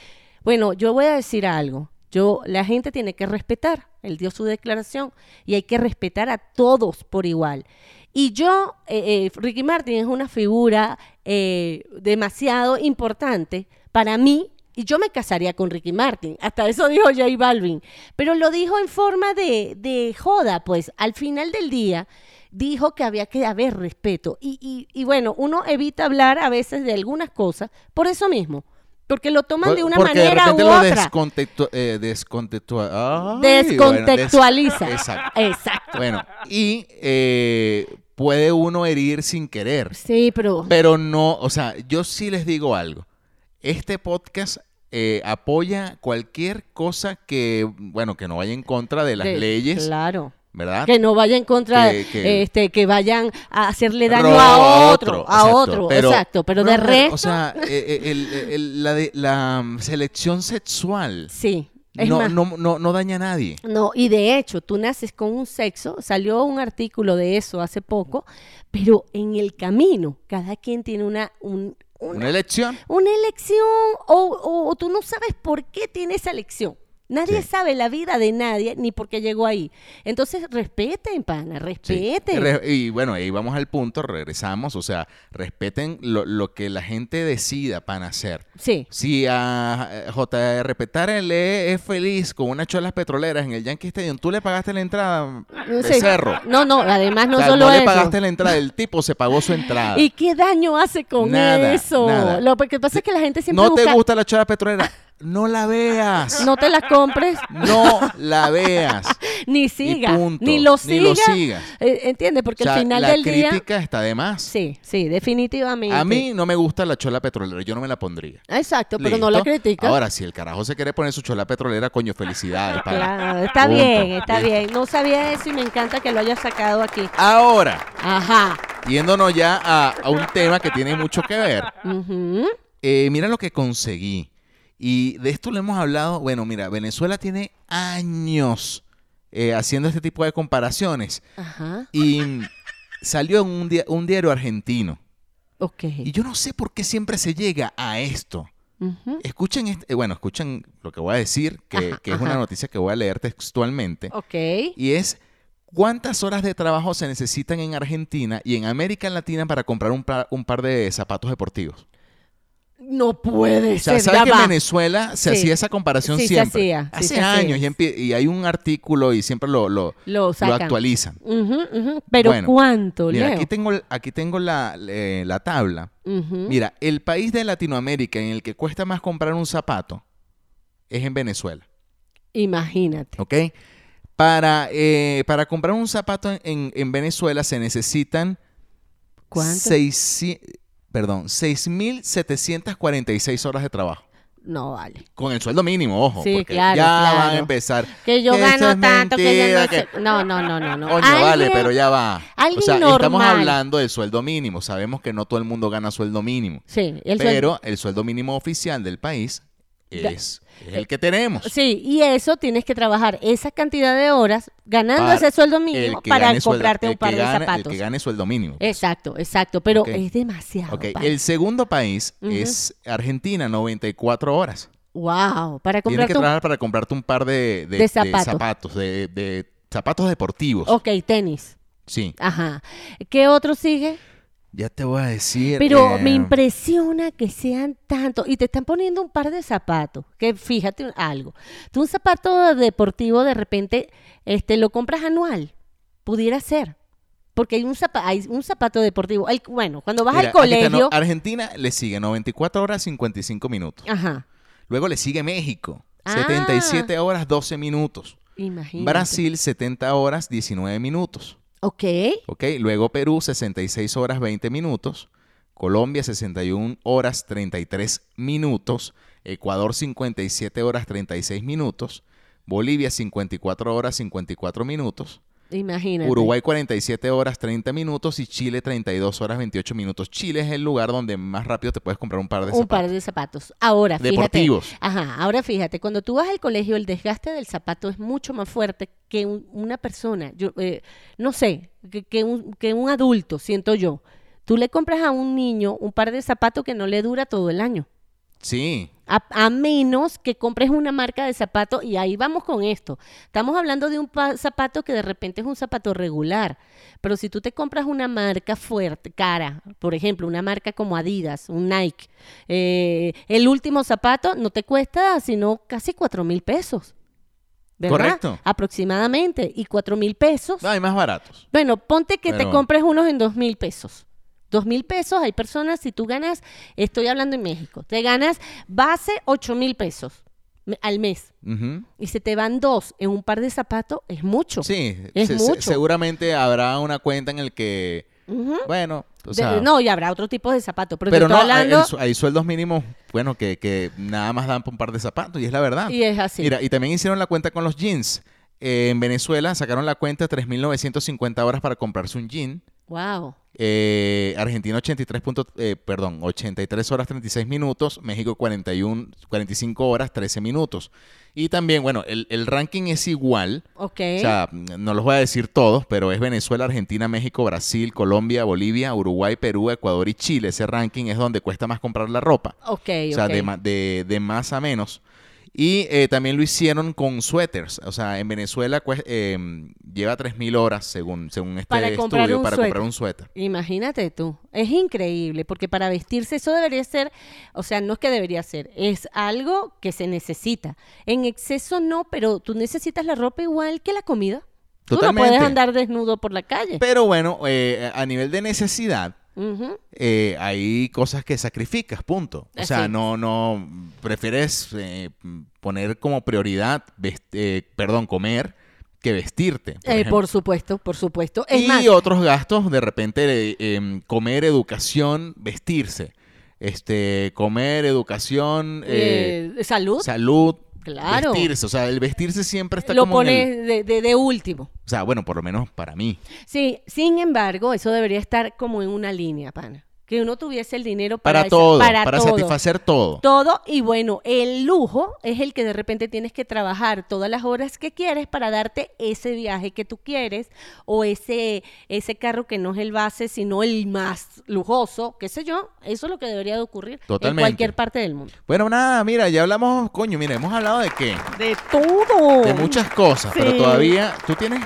S2: bueno, yo voy a decir algo. Yo, la gente tiene que respetar. Él dio su declaración. Y hay que respetar a todos por igual. Y yo, eh, eh, Ricky Martin es una figura eh, demasiado importante para mí. Y yo me casaría con Ricky Martin. Hasta eso dijo J Balvin. Pero lo dijo en forma de, de joda, pues. Al final del día, dijo que había que haber respeto. Y, y, y bueno, uno evita hablar a veces de algunas cosas por eso mismo. Porque lo toman de una
S1: Porque
S2: manera
S1: de repente
S2: u
S1: lo
S2: otra.
S1: descontextua- eh, descontextua- ay,
S2: Descontextualiza.
S1: bueno, des- exacto.
S2: Exacto.
S1: Bueno, y eh, puede uno herir sin querer.
S2: Sí, pero
S1: Pero no, o sea, yo sí les digo algo. Este podcast eh, apoya cualquier cosa que, bueno, que no vaya en contra de las
S2: de-
S1: leyes,
S2: Claro.
S1: ¿verdad?
S2: Que no vaya en contra,
S1: Que- que-
S2: este, que vayan a hacerle daño
S1: Robo
S2: a otro, a
S1: exacto,
S2: otro, exacto. Pero de
S1: no, no,
S2: resto,
S1: O sea, eh, eh, el- el- la, de- la, mm, selección sexual
S2: sí. Es
S1: no,
S2: más,
S1: no, no, no daña a nadie.
S2: No, y de hecho, tú naces con un sexo, salió un artículo de eso hace poco, pero en el camino, cada quien tiene una, un- una,
S1: Una elección.
S2: una elección o, o- o tú no sabes por qué tiene esa elección. Nadie
S1: Sí.
S2: sabe la vida de nadie ni por qué llegó ahí. Entonces, respeten, pana,
S1: Sí.
S2: respeten.
S1: Re- Y bueno, ahí vamos al punto, regresamos. O sea, respeten lo, lo que la gente decida para hacer.
S2: sí.
S1: Si a eh, JR Petare es feliz con unas cholas petroleras en el Yankee Stadium, tú le pagaste la entrada,
S2: Sí.
S1: becerro.
S2: No, no, además no
S1: O sea,
S2: solo
S1: le
S2: eso.
S1: pagaste la entrada, el tipo se pagó su entrada.
S2: ¿Y qué daño hace con
S1: Nada,
S2: eso?
S1: nada.
S2: Lo que pasa es que la gente siempre
S1: no te
S2: busca-
S1: gusta la chola petrolera, no la veas.
S2: no te la compres,
S1: No la veas.
S2: ni siga,
S1: punto,
S2: ni lo
S1: ni
S2: siga.
S1: lo sigas.
S2: Eh, ¿Entiendes? Porque
S1: O sea,
S2: al final
S1: la
S2: del día...
S1: crítica está de más.
S2: Sí, sí, definitivamente.
S1: A mí no me gusta la chola petrolera, yo no me la pondría.
S2: Exacto, pero no la
S1: Listo.
S2: critica.
S1: Ahora, si el carajo se quiere poner su chola petrolera, coño, felicidades. pana.
S2: Claro, está
S1: Punto.
S2: bien, está
S1: Listo.
S2: bien. No sabía eso y me encanta que lo hayas sacado aquí.
S1: Ahora,
S2: Ajá.
S1: yéndonos ya a, a un tema que tiene mucho que ver.
S2: Ujú.
S1: Eh, mira lo que conseguí. Y de esto le hemos hablado. Bueno, mira, Venezuela tiene años eh, haciendo este tipo de comparaciones.
S2: Ajá.
S1: Y mm, salió en un, dia- un diario argentino.
S2: Ok.
S1: Y yo no sé por qué siempre se llega a esto.
S2: Ujú.
S1: Escuchen, este- eh, bueno, escuchen lo que voy a decir, que,
S2: Ajá,
S1: que es
S2: ajá.
S1: una noticia que voy a leer textualmente.
S2: Ok.
S1: y es cuántas horas de trabajo se necesitan en Argentina y en América Latina para comprar un, pa- un par de zapatos deportivos.
S2: No puede
S1: O sea,
S2: ser.
S1: ¿sabes
S2: ya
S1: que
S2: va.
S1: en Venezuela se
S2: Sí.
S1: hacía esa comparación
S2: Sí, se
S1: siempre?
S2: hacía, sí,
S1: Hace
S2: se hacía.
S1: años y, empie- y hay un artículo y siempre lo, lo,
S2: Lo
S1: lo
S2: sacan.
S1: actualizan.
S2: Ujú, ujú. Pero
S1: Bueno,
S2: ¿cuánto,
S1: Mira,
S2: Leo?
S1: aquí tengo, el- aquí tengo la, eh, la tabla.
S2: Ujú.
S1: Mira, el país de Latinoamérica en el que cuesta más comprar un zapato es en Venezuela.
S2: Imagínate.
S1: ¿Ok? Para, eh, para comprar un zapato en- en- en Venezuela se necesitan
S2: ¿Cuánto?
S1: Seisci- perdón, 6.746 horas de trabajo.
S2: No vale.
S1: Con el sueldo mínimo, ojo.
S2: Sí,
S1: porque
S2: claro,
S1: ya
S2: claro.
S1: van a empezar.
S2: Que yo
S1: eso
S2: gano
S1: es
S2: tanto que yo no sé-
S1: mentira,
S2: No, no, no, no. no.
S1: Coño, vale,
S2: Alguien-
S1: pero ya va.
S2: alguien
S1: O sea, estamos
S2: normal.
S1: hablando del sueldo mínimo. Sabemos que no todo el mundo gana sueldo mínimo.
S2: Sí, el sueldo-
S1: pero el sueldo mínimo oficial del país
S2: Da-
S1: es, es el que tenemos.
S2: Sí, y eso tienes que trabajar esa cantidad de horas ganando
S1: Para
S2: ese sueldo
S1: El
S2: mínimo
S1: que
S2: para
S1: gane sueldo-
S2: comprarte
S1: el
S2: un par
S1: que
S2: de
S1: gane- El
S2: zapatos.
S1: que gane sueldo mínimo.
S2: Exacto, exacto, pero
S1: Ok.
S2: es demasiado.
S1: Ok,
S2: pana.
S1: El segundo país
S2: Ujú.
S1: es Argentina, 94 horas.
S2: Wow, para
S1: Tienes
S2: comprarte
S1: que
S2: un...
S1: trabajar para comprarte un par de,
S2: de
S1: de- de
S2: zapatos.
S1: zapatos, de, de zapatos deportivos.
S2: Ok, tenis.
S1: Sí.
S2: Ajá. ¿Qué otro sigue?
S1: Ya te voy a decir.
S2: Pero me
S1: eh,
S2: impresiona que sean tantos. Y te están poniendo un par de zapatos. Que fíjate un- algo. Tú un zapato deportivo de repente este, lo compras anual. Pudiera ser. Porque hay un, zapa- hay un zapato deportivo. El- bueno, cuando vas
S1: mira,
S2: al
S1: aquí está, no,
S2: colegio.
S1: Argentina le sigue 94 horas 55 minutos.
S2: Ajá.
S1: Luego le sigue México,
S2: Ah.
S1: 77 horas 12 minutos.
S2: Imagínate.
S1: Brasil, 70 horas 19 minutos.
S2: Ok.
S1: ¿Ok? Luego Perú, 66 horas 20 minutos. Colombia, 61 horas 33 minutos. Ecuador, 57 horas 36 minutos. Bolivia, 54 horas 54 minutos.
S2: Imagínate.
S1: Uruguay, 47 horas 30 minutos. Y Chile, 32 horas 28 minutos. Chile es el lugar donde más rápido te puedes comprar un par de
S2: Un par
S1: zapatos.
S2: de zapatos. Ahora, fíjate.
S1: Deportivos.
S2: Ajá, ahora fíjate, cuando tú vas al colegio, el desgaste del zapato es mucho más fuerte que un- una persona, yo, eh, no sé, que, que un, que un adulto, siento yo. Tú le compras a un niño un par de zapatos que no le dura todo el año.
S1: Sí.
S2: A, a menos que compres una marca de zapato, y ahí vamos con esto. Estamos hablando de un pa- zapato que de repente es un zapato regular, pero si tú te compras una marca fuerte, cara, por ejemplo, una marca como Adidas, un Nike, eh, el último zapato no te cuesta sino casi cuatro mil pesos. ¿verdad?
S1: Correcto.
S2: Aproximadamente. Y cuatro mil pesos.
S1: No, hay más baratos.
S2: Bueno, ponte que te
S1: Pero-
S2: compres unos en dos mil pesos. Dos mil pesos, hay personas, si tú ganas, estoy hablando en México, te ganas base ocho mil pesos me- al mes.
S1: Ujú.
S2: Y se te van dos en un par de zapatos, es mucho.
S1: Sí,
S2: Es
S1: se- se-
S2: mucho.
S1: seguramente habrá una cuenta en el que,
S2: Ujú.
S1: bueno, o
S2: De-
S1: sea,
S2: no, y habrá otro tipo de zapatos, pero, te
S1: pero no,
S2: estoy
S1: hay-
S2: hablando...
S1: el su- hay sueldos mínimos, bueno, que, que nada más dan por un par de zapatos, y es la verdad.
S2: Y es así.
S1: Mira, y también hicieron la cuenta con los jeans. Eh, en Venezuela sacaron la cuenta 3.950 horas para comprarse un jean.
S2: Wow.
S1: Eh, Argentina 83 punto- eh, perdón, 83 horas 36 minutos, México 41, 45 horas 13 minutos. Y también, bueno, el, el ranking es igual,
S2: Ok.
S1: o sea, no los voy a decir todos, pero es Venezuela, Argentina, México, Brasil, Colombia, Bolivia, Uruguay, Perú, Ecuador y Chile. Ese ranking es donde cuesta más comprar la ropa,
S2: ok, ok.
S1: o sea, de, ma- de- de más a menos. Y eh, también lo hicieron con suéteres. O sea, en Venezuela cues- eh, lleva 3.000 horas, según, según este
S2: Para comprar
S1: estudio,
S2: un
S1: para
S2: suéter.
S1: comprar un suéter.
S2: Imagínate tú, es increíble, porque para vestirse eso debería ser, o sea, no es que debería ser, es algo que se necesita. En exceso no, pero tú necesitas la ropa igual que la comida. Tú no puedes
S1: Totalmente.
S2: andar desnudo por la calle.
S1: Pero bueno, eh, a nivel de necesidad,
S2: Ujú.
S1: eh, hay cosas que sacrificas, punto. O sea,
S2: Así.
S1: no, no, prefieres eh, poner como prioridad, vest- eh, perdón, comer que vestirte. por
S2: Eh,
S1: ejemplo.
S2: por supuesto, por supuesto. Es
S1: y
S2: más,
S1: otros gastos, de repente, eh, em, comer, educación, vestirse. Este, comer, educación, eh,
S2: eh, salud
S1: salud,
S2: Claro.
S1: vestirse. O sea, el vestirse siempre está
S2: lo
S1: como en el-
S2: pones de- de- de último.
S1: O sea, bueno, por lo menos para mí.
S2: Sí, sin embargo, eso debería estar como en una línea, pana. Que uno tuviese el dinero para,
S1: Para,
S2: esa-
S1: todo, para,
S2: para todo.
S1: satisfacer todo.
S2: Todo, y bueno, el lujo es el que de repente tienes que trabajar todas las horas que quieres para darte ese viaje que tú quieres o ese, ese carro que no es el base, sino el más lujoso, qué sé yo. Eso es lo que debería de ocurrir en
S1: Totalmente.
S2: cualquier parte del mundo.
S1: Bueno, nada, mira, ya hablamos, coño, mira, hemos hablado de qué?
S2: De todo.
S1: De muchas cosas, pero
S2: Sí.
S1: todavía, ¿tú tienes,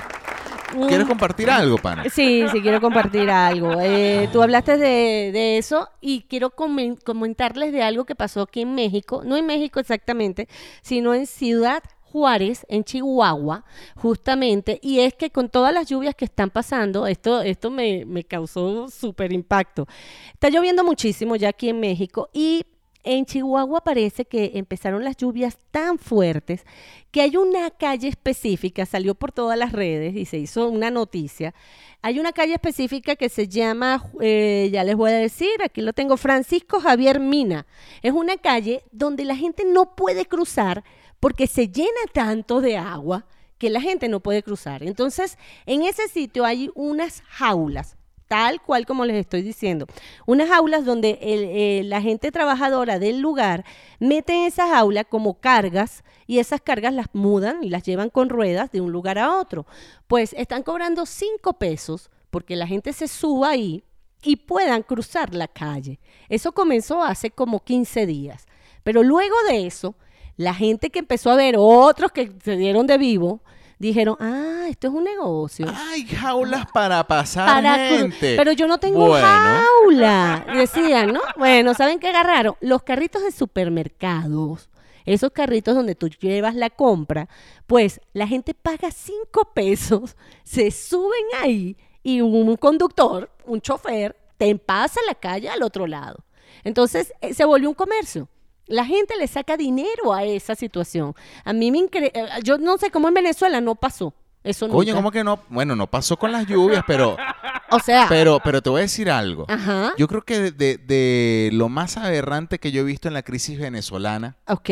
S2: Mm.
S1: quieres compartir algo, pana?
S2: Sí, sí, quiero compartir algo. Eh, tú hablaste de, de eso y quiero comen- comentarles de algo que pasó aquí en México, no en México exactamente, sino en Ciudad Juárez, en Chihuahua, justamente, y es que con todas las lluvias que están pasando, esto, esto me, me causó súper impacto. Está lloviendo muchísimo ya aquí en México y en Chihuahua parece que empezaron las lluvias tan fuertes que hay una calle específica, salió por todas las redes y se hizo una noticia. Hay una calle específica que se llama, eh, ya les voy a decir, aquí lo tengo, Francisco Javier Mina. Es una calle donde la gente no puede cruzar porque se llena tanto de agua que la gente no puede cruzar. Entonces, en ese sitio hay unas jaulas tal cual como les estoy diciendo. Unas aulas donde el- eh, la gente trabajadora del lugar mete esas aulas como cargas y esas cargas las mudan y las llevan con ruedas de un lugar a otro. Pues están cobrando cinco pesos porque la gente se suba ahí y puedan cruzar la calle. Eso comenzó hace como 15 días. Pero luego de eso, la gente que empezó a ver, otros que se dieron de vivo, dijeron, ah, esto es un negocio
S1: Ay, jaulas para pasar
S2: para cru-
S1: gente.
S2: Pero yo no tengo
S1: Bueno.
S2: jaula, decían, ¿no? Bueno, ¿saben qué agarraron? Los carritos de supermercados. Esos carritos donde tú llevas la compra, pues la gente paga cinco pesos, se suben ahí y un conductor, un chofer, te pasa la calle al otro lado. Entonces eh, se volvió un comercio. La gente le saca dinero a esa situación. A mí me incre- eh, yo no sé cómo en Venezuela no pasó. Eso
S1: Coño,
S2: nunca.
S1: ¿cómo que no? Bueno, no pasó con las lluvias, pero,
S2: O sea,
S1: pero, pero te voy a decir algo.
S2: ajá.
S1: Yo creo que de, de- de lo más aberrante que yo he visto en la crisis venezolana
S2: Ok.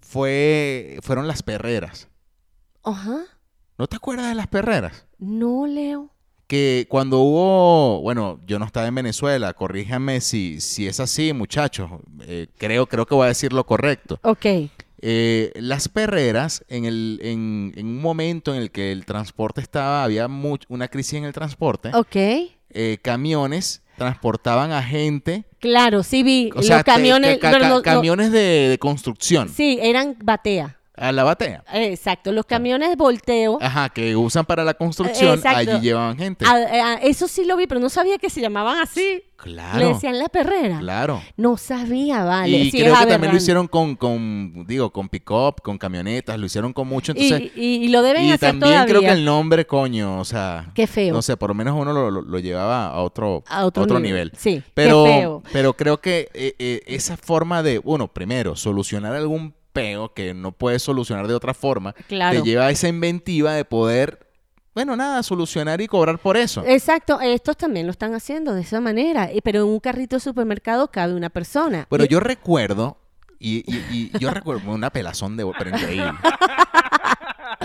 S1: fue, fueron las perreras.
S2: Ajá.
S1: ¿No te acuerdas de las perreras?
S2: No leo.
S1: que cuando hubo, bueno, yo no estaba en Venezuela, corríjanme si, si es así, muchachos, eh, creo, creo que voy a decir lo correcto.
S2: Ok.
S1: Eh, las perreras, en, el, en, en un momento en el que el transporte estaba, había much- una crisis en el transporte,
S2: Ok.
S1: eh, camiones transportaban a gente,
S2: Claro, sí vi.
S1: o sea,
S2: los
S1: te-
S2: camiones.
S1: ca- ca-
S2: pero no- no-
S1: camiones de, de construcción.
S2: sí, eran batea.
S1: a la batea.
S2: Exacto,
S1: Ah.
S2: los camiones volteo.
S1: Ajá, que usan para la construcción,
S2: Eh, Exacto.
S1: allí llevan Ah, gente.
S2: A- a- Ah, eh, eso sí lo vi, pero no sabía que se llamaban así. Le
S1: Claro,
S2: decían la perrera.
S1: claro.
S2: No sabía, vale.
S1: y
S2: sí, es
S1: creo que también lo
S2: aberrante.
S1: hicieron con, con, digo, con pick-up, con camionetas, lo hicieron con mucho,
S2: Y,
S1: entonces...
S2: y- y lo deben
S1: Y
S2: hacer
S1: también
S2: todavía.
S1: creo que el nombre, coño, o sea...
S2: Qué feo.
S1: No sé, por lo menos uno lo, lo- lo llevaba a otro,
S2: A otro nivel.
S1: nivel.
S2: Sí, qué
S1: pero,
S2: feo.
S1: Pero creo que eh, eh, esa forma de, bueno, primero, solucionar algún peo que no puedes solucionar de otra forma,
S2: Claro.
S1: te lleva a esa inventiva de poder, bueno, nada, solucionar y cobrar por eso.
S2: Exacto, estos también lo están haciendo de esa manera, y- pero en un carrito de supermercado cabe una persona.
S1: Bueno,
S2: Y-
S1: yo recuerdo, y, y- y yo recuerdo bueno, una pelazón de pero increíble.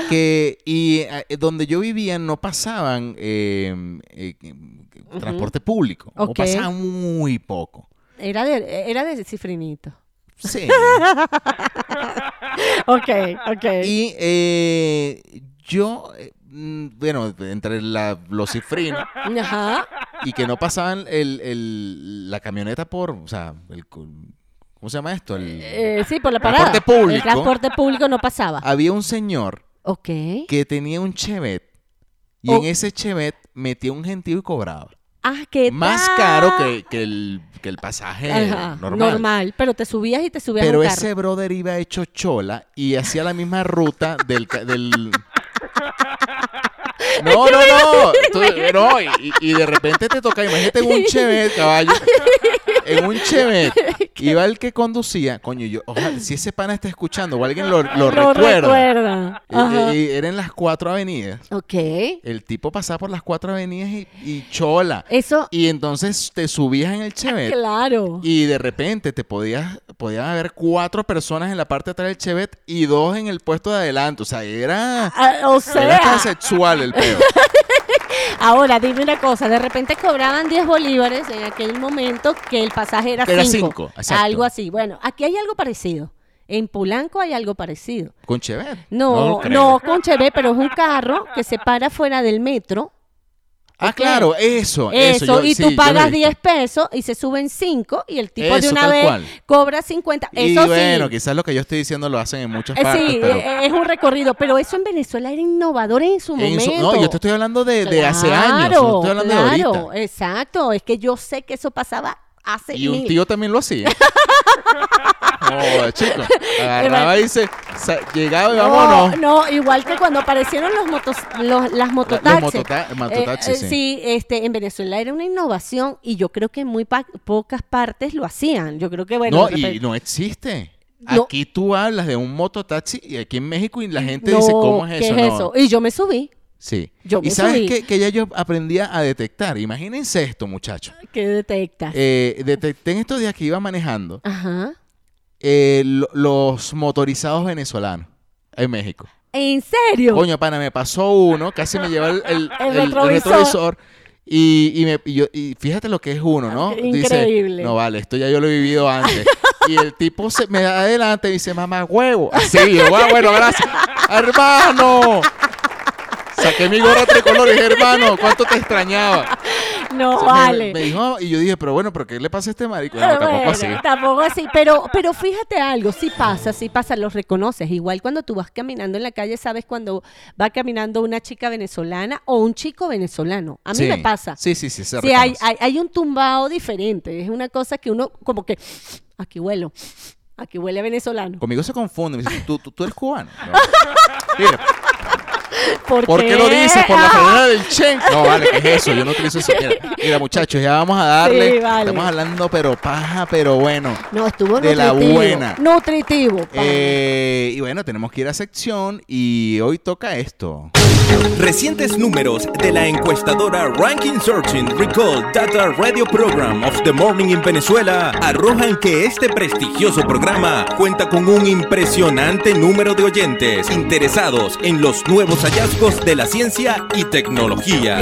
S1: Que, y eh, donde yo vivía no pasaban eh, eh, transporte público, o
S2: Ok.
S1: pasaba muy poco.
S2: Era de, era de cifrinito.
S1: Sí.
S2: Ok, ok.
S1: y eh, yo, eh, mm, bueno, entre la, los cifrinos
S2: Ajá.
S1: y que no pasaban el, el- la camioneta por, o sea, el, ¿cómo se llama esto? El,
S2: Eh, sí, por la parada.
S1: Transporte público.
S2: El transporte público no pasaba.
S1: había un señor
S2: Ok.
S1: que tenía un chevet y
S2: Oh.
S1: en ese chevet metía un gentío y cobraba.
S2: Ah, qué
S1: Más
S2: tal.
S1: caro que, que el, que el pasaje
S2: Ajá,
S1: normal.
S2: pero te subías y te subías a
S1: Pero
S2: un carro.
S1: ese brother iba hecho chola y hacía la misma ruta del... ca- del... No, no, no. Tú- no, y, y de repente te toca, imagínate en un chevet, caballo. En un chevet. Iba el que conducía. Coño, yo, ojalá, si ese pana está escuchando o alguien lo,
S2: Lo
S1: lo recuerda.
S2: recuerda.
S1: Y-
S2: Ajá.
S1: y- y eran las cuatro avenidas.
S2: ok.
S1: El tipo pasaba por las cuatro avenidas y, y chola.
S2: Eso,
S1: Y entonces te subías en el
S2: Ah,
S1: Chevet.
S2: claro.
S1: Y de repente te podías, podían haber cuatro personas en la parte de atrás del Chevet y dos en el puesto de adelante. O sea, era,
S2: Ah, o
S1: era hasta
S2: sea,
S1: sexual el pedo.
S2: ahora dime una cosa, de repente cobraban 10 bolívares en aquel momento que el pasaje era
S1: Que era
S2: 5.
S1: cinco, exacto.
S2: Algo así. Bueno, aquí hay algo parecido. En Polanco hay algo parecido.
S1: Con Chevet.
S2: No,
S1: creo.
S2: no, con Chevy, pero es un carro que se para fuera del metro.
S1: Ah,
S2: ok.
S1: claro, eso.
S2: Eso,
S1: Eso, yo-
S2: y
S1: sí,
S2: tú
S1: yo lo he
S2: pagas
S1: visto.
S2: 10 pesos y se suben 5 y el tipo de
S1: Eso,
S2: una
S1: tal
S2: vez
S1: cual.
S2: cobra 50.
S1: Y
S2: Eso
S1: bueno,
S2: sí.
S1: quizás lo que yo estoy diciendo lo hacen en muchas
S2: Eh,
S1: partes,
S2: sí,
S1: pero...
S2: eh, es un recorrido, pero eso en Venezuela era innovador en su
S1: en
S2: momento.
S1: su- no, yo te estoy hablando de, de hace años,
S2: Claro,
S1: no estoy hablando de
S2: claro,
S1: ahorita.
S2: exacto. Es que yo sé que eso pasaba hace
S1: Y un
S2: mil-
S1: tío también lo hacía. No, chico. Agarraba y se sa- llegaba y
S2: No,
S1: vámonos.
S2: no, igual que cuando aparecieron los motos, los- las mototaxis.
S1: motota-
S2: Eh,
S1: mototaxis, sí.
S2: este, en Venezuela era una innovación y yo creo que en muy pa- pocas partes lo hacían. Yo creo que bueno.
S1: no,
S2: de repente-
S1: y no existe.
S2: No.
S1: Aquí tú hablas de un mototaxi y aquí en México y la gente dice, ¿cómo es
S2: ¿qué
S1: eso?
S2: es
S1: No.
S2: eso? Y yo me subí.
S1: Sí.
S2: Yo me
S1: y sabes
S2: subí.
S1: que, que ya yo aprendía a detectar. Imagínense esto, muchachos.
S2: ¿Qué detectas?
S1: Eh, detecté en estos días que iba manejando
S2: Ajá.
S1: eh, lo- los motorizados venezolanos en México.
S2: ¿En serio?
S1: Coño, pana, me pasó uno, casi me lleva el, el-
S2: El
S1: el- el
S2: retrovisor.
S1: retrovisor. y, y me- y yo- y fíjate lo que es uno, ¿no?
S2: Increíble.
S1: Dice, no vale, esto ya yo lo he vivido antes. y el tipo se me da adelante y dice, mamá, huevo. Así, y yo, "Ah, bueno, gracias. ¡Hermano! Saqué mi gorra tricolor y dije, hermano, ¿cuánto te extrañaba?
S2: no
S1: O sea, me-
S2: vale.
S1: Me, dijo, y yo dije, pero bueno, ¿pero qué le pasa a este marico? No, tampoco
S2: Bueno,
S1: así.
S2: tampoco así, pero, pero fíjate algo, sí pasa, sí pasa, los reconoces. Igual cuando tú vas caminando en la calle, sabes cuando va caminando una chica venezolana o un chico venezolano. A mí
S1: Sí.
S2: me pasa.
S1: Sí, sí, sí, se
S2: Sí, hay,
S1: reconoce.
S2: hay, hay un tumbado diferente, es una cosa que uno como que, aquí huelo, aquí huele a venezolano.
S1: Conmigo se confunde. Me dice, ¿tú, tú, tú eres cubano? No. Mira, ¿Por qué lo dices? ¿Por
S2: Ah.
S1: la frontera del Chen? No, vale, ¿qué es eso? Yo no utilizo eso. Mira, mira, muchachos, ya vamos a darle.
S2: Sí, vale.
S1: Estamos hablando, pero paja, pero bueno.
S2: No, estuvo
S1: de la
S2: nutritivo.
S1: buena.
S2: Nutritivo. pana.
S1: Eh, y bueno, tenemos que ir a sección y hoy toca esto.
S4: Recientes números de la encuestadora Ranking Searching Recall Data Radio Program of the Morning in Venezuela arrojan que este prestigioso programa cuenta con un impresionante número de oyentes interesados en los nuevos hallazgos de la ciencia y tecnología.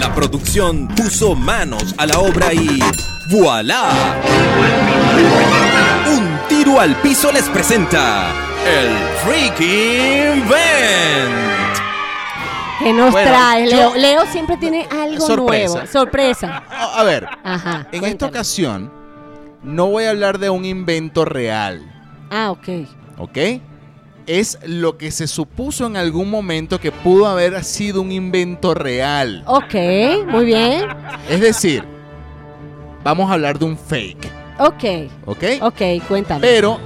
S4: La producción puso manos a la obra y ¡voilà! Un tiro al piso les presenta el Freaking Vent.
S2: que nos
S1: bueno,
S2: trae
S1: yo-
S2: Leo. Leo siempre tiene algo
S1: Sorpresa.
S2: nuevo. Sorpresa.
S1: Oh, A a ver,
S2: Ajá.
S1: en
S2: cuéntame.
S1: esta ocasión no voy a hablar de un invento real,
S2: Ah, ok.
S1: ¿ok? es lo que se supuso en algún momento que pudo haber sido un invento real.
S2: Ok, muy bien.
S1: Es decir, vamos a hablar de un fake,
S2: Ok,
S1: ¿ok?
S2: ok, cuéntame.
S1: Pero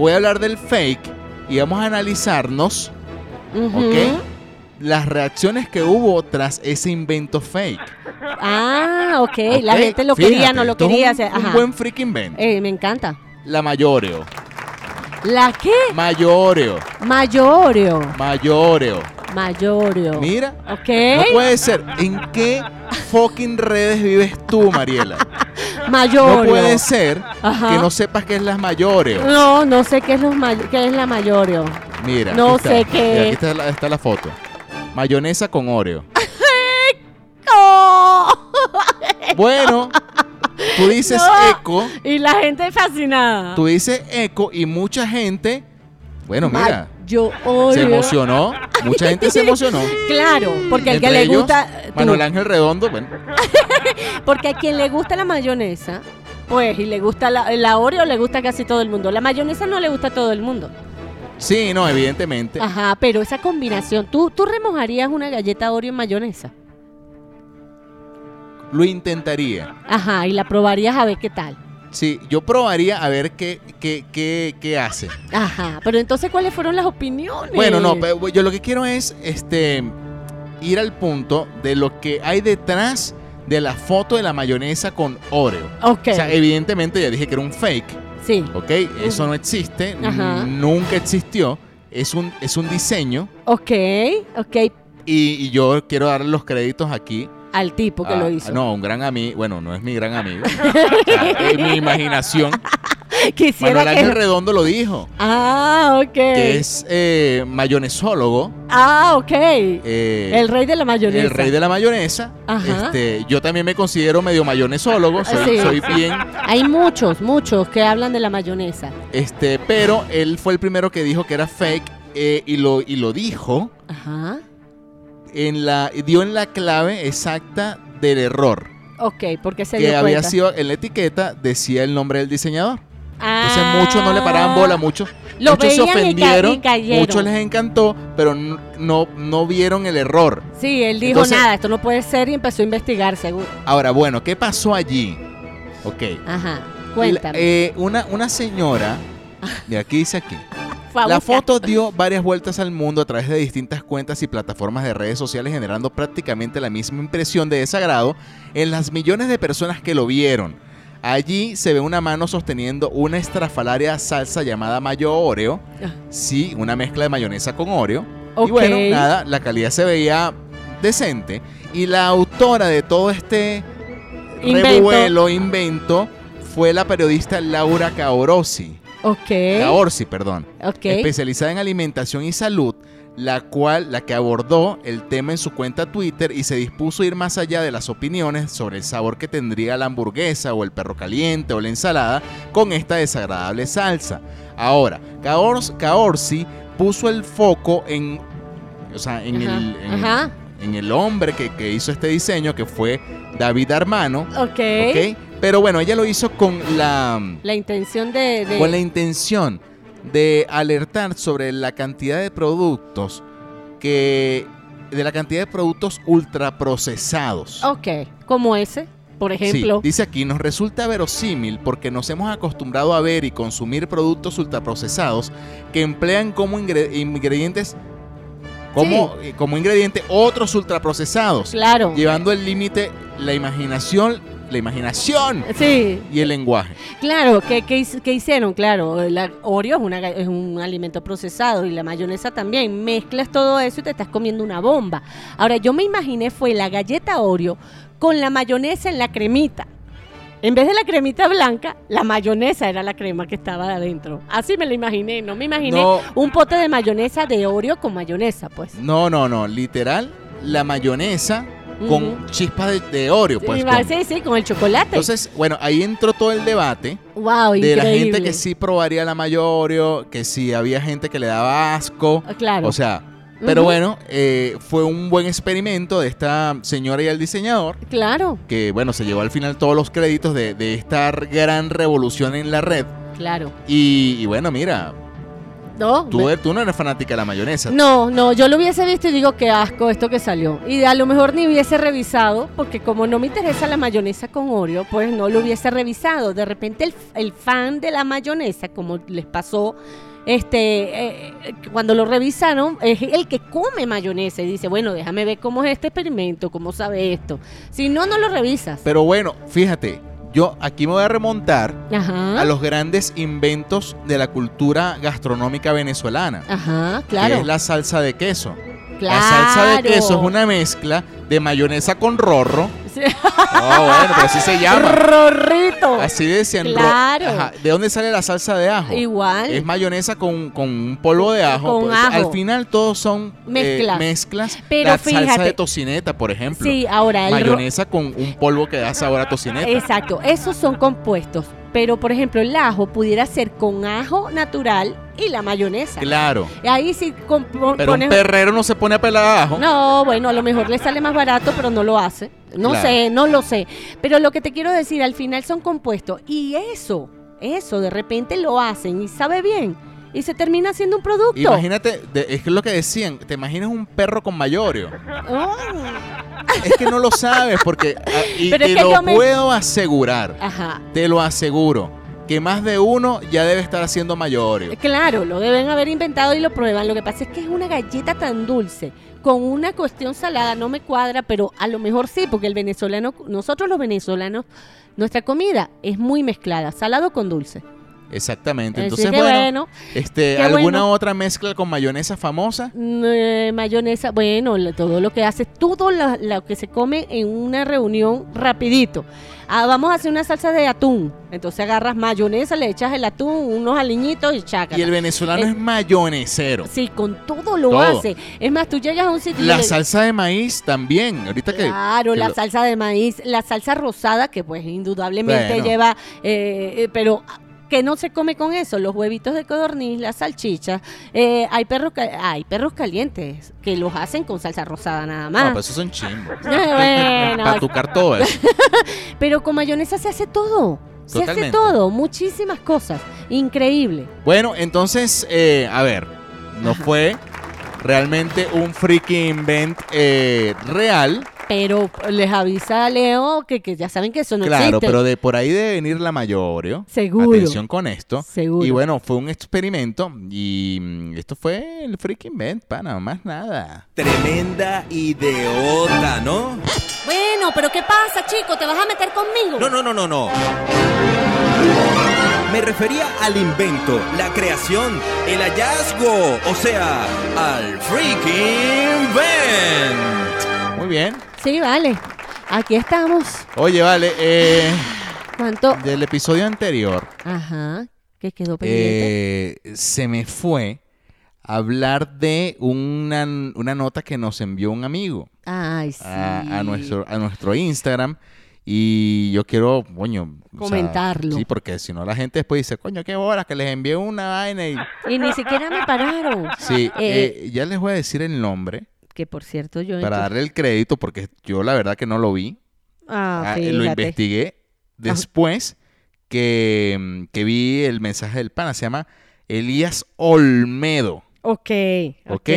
S1: voy a hablar del fake y vamos a analizarnos,
S2: Ujú.
S1: ¿ok? Las reacciones que hubo tras ese invento fake.
S2: Ah, ok, la
S1: ¿ok?
S2: gente lo
S1: Fíjate,
S2: quería, no lo
S1: esto es
S2: quería.
S1: Un,
S2: o sea,
S1: un
S2: ajá.
S1: buen freak invento.
S2: Eh, me encanta.
S1: La mayoreo.
S2: ¿La qué?
S1: Mayoreo.
S2: Mayorio.
S1: Mayoreo.
S2: Mayorio.
S1: Mira.
S2: Ok.
S1: No puede ser. ¿En qué fucking redes vives tú, Mariela? No
S2: Mayorio.
S1: puede ser
S2: Ajá.
S1: que no sepas qué es las mayoreo.
S2: No, no sé qué es, los may- qué es la mayorio.
S1: Mira.
S2: No
S1: aquí está.
S2: sé qué
S1: Mira,
S2: es.
S1: aquí está la, está la foto. Mayonesa con Oreo.
S2: ¡Oh!
S1: Bueno, tú dices
S2: No.
S1: eco,
S2: Y la gente fascinada.
S1: tú dices eco y mucha gente, bueno, mira,
S2: Mayorio.
S1: se emocionó. Mucha gente se emocionó.
S2: Claro, porque al que
S1: Entre
S2: le
S1: ellos,
S2: gusta. eh, tú.
S1: Manuel Ángel Redondo, bueno,
S2: Porque a quien le gusta la mayonesa, pues, y le gusta la, la Oreo, le gusta casi todo el mundo. La mayonesa no le gusta a todo el mundo.
S1: sí, no, evidentemente.
S2: Ajá, pero esa combinación, ¿tú, tú remojarías una galleta Oreo en mayonesa.
S1: Lo intentaría.
S2: Ajá, y la probarías a ver qué tal.
S1: Sí, yo probaría a ver qué, qué, qué, qué hace.
S2: Ajá, pero entonces, ¿cuáles fueron las opiniones?
S1: Bueno, no, pero yo lo que quiero es este ir al punto de lo que hay detrás de la foto de la mayonesa con Oreo.
S2: Ok,
S1: O sea, eh, evidentemente ya dije que era un fake,
S2: sí,
S1: ¿ok? Eso no existe, n-
S2: Ajá.
S1: nunca existió, es un, es un diseño
S2: ok, ok,
S1: y, y yo quiero darle los créditos aquí.
S2: al tipo que
S1: a-
S2: lo hizo.
S1: Ah, No, a un gran amigo, bueno, no es mi gran amigo, O sea, es mi imaginación.
S2: Quisiera
S1: Manuel Ángel
S2: que...
S1: Redondo lo dijo,
S2: Ah, ok.
S1: que es eh, mayonesólogo.
S2: Ah, ok.
S1: eh,
S2: el rey de la mayonesa.
S1: El rey de la mayonesa.
S2: Ajá.
S1: Este, yo también me considero medio mayonesólogo, soy,
S2: Sí.
S1: soy bien,
S2: Hay muchos, muchos que hablan de la mayonesa.
S1: este, pero él fue el primero que dijo que era fake eh, y, lo, y lo dijo
S2: Ajá,
S1: en la, dio en la clave exacta del error
S2: ok, porque se
S1: que
S2: dio
S1: había
S2: cuenta.
S1: sido en la etiqueta decía el nombre del diseñador. Entonces
S2: Ah.
S1: muchos no le paraban bola, muchos,
S2: Lo
S1: muchos
S2: veían y
S1: se
S2: ca- y
S1: ofendieron,
S2: cayeron.
S1: muchos les encantó, pero n- no, no vieron el error.
S2: Sí, él dijo
S1: Entonces-
S2: nada, esto no puede ser y empezó a investigar, seguro.
S1: Ahora, bueno, ¿qué pasó allí? Ok.
S2: Ajá, cuéntame. Ah.
S1: La- eh, una, una señora, de aquí dice aquí.
S2: Fue a
S1: La
S2: buscar.
S1: foto dio varias vueltas al mundo a través de distintas cuentas y plataformas de redes sociales generando prácticamente la misma impresión de desagrado en las millones de personas que lo vieron. Allí se ve una mano sosteniendo una estrafalaria salsa llamada mayo oreo.
S2: Ah.
S1: Sí, una mezcla de mayonesa con oreo.
S2: Ok.
S1: Y bueno, nada, la calidad se veía decente. Y la autora de todo este
S2: Invento.
S1: revuelo, invento, fue la periodista Laura Caorosi.
S2: Ok,
S1: Caorsi, perdón.
S2: ok.
S1: Especializada en alimentación y salud, la cual, la que abordó el tema en su cuenta Twitter y se dispuso a ir más allá de las opiniones sobre el sabor que tendría la hamburguesa o el perro caliente o la ensalada con esta desagradable salsa. Ahora, Caors- Caorsi puso el foco en, o sea, en,
S2: Ajá,
S1: el, en-
S2: ajá.
S1: en el hombre que, que hizo este diseño, que fue David Armano.
S2: ok.
S1: ¿ok? Pero bueno, ella lo hizo con la
S2: La intención de... de-
S1: con la intención de alertar sobre la cantidad de productos que de la cantidad de productos ultraprocesados.
S2: Ok, como ese, por
S1: Sí,
S2: ejemplo.
S1: dice aquí, nos resulta verosímil porque nos hemos acostumbrado a ver y consumir productos ultraprocesados que emplean como ingre- ingredientes como, eh, como ingrediente otros ultraprocesados,
S2: claro.
S1: llevando al límite la imaginación, la imaginación
S2: Sí,
S1: y el lenguaje.
S2: claro, ¿qué, qué, hic- qué hicieron? Claro, la Oreo es, una ga- es un alimento procesado y la mayonesa también. Mezclas todo eso y te estás comiendo una bomba. Ahora, yo me imaginé fue la galleta Oreo con la mayonesa en la cremita. En vez de la cremita blanca, la mayonesa era la crema que estaba adentro. Así me la imaginé, no me imaginé
S1: No.
S2: un pote de mayonesa de Oreo con mayonesa, pues.
S1: No, no, no. Literal, la mayonesa
S2: Ujú. este.
S1: con chispas de, de Oreo, pues.
S2: Sí, va-
S1: con-
S2: sí, sí, con el chocolate.
S1: Entonces, bueno, ahí entró todo el debate
S2: wow,
S1: de
S2: increíble.
S1: la gente que sí probaría la mayo Oreo, que sí había gente que le daba asco.
S2: Ah, Claro.
S1: O sea, pero
S2: Ujú.
S1: bueno, eh, fue un buen experimento de esta señora y el diseñador,
S2: claro,
S1: que bueno, se llevó al final todos los créditos de, de esta gran revolución en la red.
S2: claro.
S1: Y, y bueno, mira,
S2: No,
S1: Tú, er- tú no eres fanática de la mayonesa.
S2: No, no, yo lo hubiese visto y digo, qué asco esto que salió. Y a lo mejor ni hubiese revisado, porque como no me interesa la mayonesa con Oreo, pues no lo hubiese revisado. De repente el, el fan de la mayonesa, como les pasó, este, eh, cuando lo revisaron, es el que come mayonesa y dice, bueno, déjame ver cómo es este experimento, cómo sabe esto. Si no, no lo revisas.
S1: Pero bueno, fíjate, yo aquí me voy a remontar
S2: Ajá.
S1: a los grandes inventos de la cultura gastronómica venezolana.
S2: Ajá,
S1: Que
S2: claro.
S1: es la salsa de queso.
S2: claro.
S1: La salsa de queso es una mezcla de mayonesa con rorro.
S2: Sí.
S1: Ah, bueno, pero así se llama.
S2: Rorrito.
S1: Así decían. ro-
S2: Claro.
S1: Ajá, ¿De dónde sale la salsa de ajo?
S2: Igual.
S1: Es mayonesa con, con un polvo de ajo.
S2: Con
S1: Pues,
S2: ajo.
S1: Al final todos son eh,
S2: Mezclas.
S1: mezclas.
S2: Pero
S1: la salsa
S2: fíjate.
S1: de tocineta, por ejemplo.
S2: Sí, ahora el ro-
S1: mayonesa con un polvo que da sabor a tocineta.
S2: Exacto, esos son compuestos. Pero, por ejemplo, el ajo pudiera ser con ajo natural y la mayonesa.
S1: Claro.
S2: Ahí sí com- pon-
S1: Pero un
S2: pones-
S1: perrero no se pone a pelar ajo.
S2: No, bueno, a lo mejor le sale más barato, pero no lo hace. No
S1: Claro.
S2: sé, no lo sé. Pero lo que te quiero decir, al final son compuestos. Y eso, eso, de repente lo hacen y sabe bien. Y se termina haciendo un producto.
S1: Imagínate, de- es que lo que decían, te imaginas un perro con mayorio.
S2: Oh,
S1: Es que no lo sabes porque ah, y
S2: Pero es
S1: te
S2: que
S1: lo
S2: yo me-
S1: puedo asegurar,
S2: Ajá.
S1: te lo aseguro que más de uno ya debe estar haciendo mayorio.
S2: Claro, lo deben haber inventado y lo prueban. Lo que pasa es que es una galleta tan dulce, con una cuestión salada, no me cuadra, pero a lo mejor sí, porque el venezolano, nosotros los venezolanos, nuestra comida es muy mezclada, salado con dulce.
S1: Exactamente.
S2: Así
S1: Entonces,
S2: que
S1: bueno,
S2: bueno,
S1: este,
S2: qué
S1: alguna
S2: bueno.
S1: otra mezcla con mayonesa famosa.
S2: mm, eh, mayonesa, bueno, lo- todo lo que hace, todo lo, lo que se come en una reunión rapidito. Ah, vamos a hacer una salsa de atún. Entonces agarras mayonesa, le echas el atún, unos aliñitos y chaca.
S1: Y el venezolano
S2: Eh,
S1: es mayonesero.
S2: Sí, con todo lo
S1: Todo.
S2: hace. Es más, tú llegas a un sitio y
S1: La
S2: le-
S1: salsa de maíz también. Ahorita que
S2: Claro,
S1: que
S2: la
S1: lo-
S2: salsa de maíz, la salsa rosada, que pues indudablemente
S1: Bueno.
S2: lleva, eh, eh, pero que no se come con eso, los huevitos de codorniz, las salchichas, eh, hay perros ca- hay perros calientes que los hacen con salsa rosada nada
S1: No,
S2: más.
S1: pero esos son chimbos.
S2: Bueno,
S1: Ah, pues, Para tucar todo eso.
S2: pero con mayonesa se hace todo, se hace
S1: Totalmente.
S2: todo, muchísimas cosas, increíble.
S1: Bueno, entonces, eh, a ver, no fue realmente un freaky invent eh, real.
S2: Pero les avisa a Leo que, que ya saben que eso no
S1: claro,
S2: existe.
S1: pero de por ahí de venir la mayorio.
S2: Seguro.
S1: Atención con esto.
S2: Seguro.
S1: Y bueno, fue un experimento y mm, esto fue el freaky invent, pana, más nada.
S4: Tremenda idiota, ¿no?
S2: Bueno, pero ¿qué pasa, chico? ¿Te vas a meter conmigo?
S4: No, no, no, no, no. Me refería al invento, la creación, el hallazgo, o sea, al freaking invent.
S1: Muy bien.
S2: Sí, vale. Aquí estamos.
S1: Oye, vale, eh,
S2: ¿Cuánto?
S1: del episodio anterior
S2: Ajá. ¿Qué quedó pendiente?
S1: eh, se me fue hablar de una, una nota que nos envió un amigo.
S2: Ay, sí.
S1: a, a nuestro, a nuestro Instagram. Y yo quiero, coño. o sea,
S2: Comentarlo.
S1: sí, porque si no la gente después dice, coño, qué hora, que les envié una vaina. Y,
S2: Y ni siquiera me pararon.
S1: sí,
S2: Eh,
S1: eh, ya les voy a decir el nombre
S2: que por cierto, yo.
S1: para darle el crédito, porque yo la verdad que no lo vi.
S2: Ah,
S1: Ah, eh, lo
S2: fíjate.
S1: investigué después que, mm, que vi el mensaje del pana. Se llama Elías Olmedo.
S2: Ok. Ok.
S1: Ok.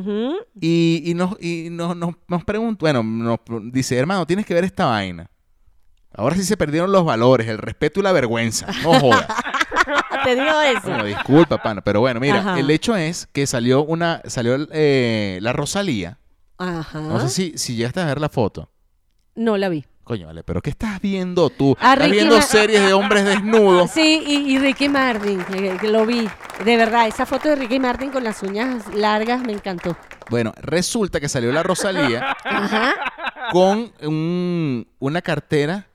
S2: ujú.
S1: Y, y nos, y nos, nos, nos preguntó, bueno, nos pr- dice, hermano, tienes que ver esta vaina. Ahora sí se perdieron los valores, el respeto y la vergüenza. No jodas.
S2: Te digo eso.
S1: Bueno, disculpa, pana. Pero bueno, mira,
S2: Ajá.
S1: el hecho es que salió una, salió eh, la Rosalía.
S2: Ajá.
S1: No sé si, si llegaste a ver la foto.
S2: No la vi.
S1: Coño, vale, pero ¿qué estás viendo tú?
S2: A
S1: Estás
S2: Ah, Ricky
S1: viendo
S2: Ma-
S1: series de hombres desnudos.
S2: Sí, y, y Ricky Martin, que- que lo vi. De verdad, esa foto de Ricky Martin con las uñas largas me encantó.
S1: Bueno, resulta que salió la Rosalía
S2: Ajá.
S1: con un- una cartera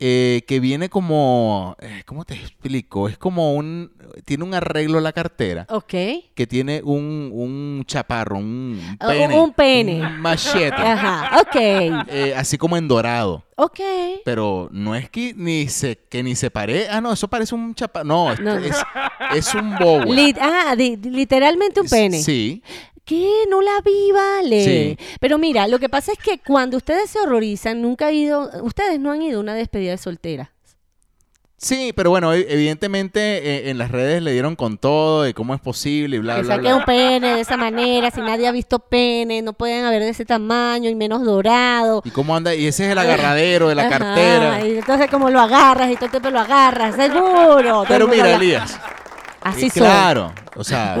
S1: eh, que viene como, eh, ¿cómo te explico? Es como un, tiene un arreglo la cartera
S2: Ok.
S1: que tiene un, un chaparro, un
S2: Ah,
S1: pene.
S2: un pene.
S1: un machete.
S2: Ajá. Ok.
S1: eh, así como en dorado.
S2: Ok.
S1: Pero no es que ni se, que ni se pare. Ah, no, eso parece un chaparro. No, esto
S2: No, no.
S1: es, es un bobo.
S2: Lit- ah, di- literalmente un pene.
S1: Sí.
S2: ¿Qué? No la vi, vale.
S1: Sí.
S2: Pero mira, lo que pasa es que cuando ustedes se horrorizan, nunca ha ido, ustedes no han ido a una despedida de soltera.
S1: Sí, pero bueno, e- evidentemente eh, en las redes le dieron con todo de cómo es posible y bla,
S2: Que
S1: bla,
S2: saque
S1: bla.
S2: un pene de esa manera, si nadie ha visto pene, no pueden haber de ese tamaño y menos dorado.
S1: Y cómo anda, y ese es el agarradero de la
S2: Ajá,
S1: cartera.
S2: Y entonces como lo agarras y todo el tiempo lo agarras, seguro. Todo el
S1: Pero
S2: mundo
S1: mira,
S2: habla-
S1: Elías.
S2: Así
S1: eh,
S2: son. ah,
S1: Claro, o sea,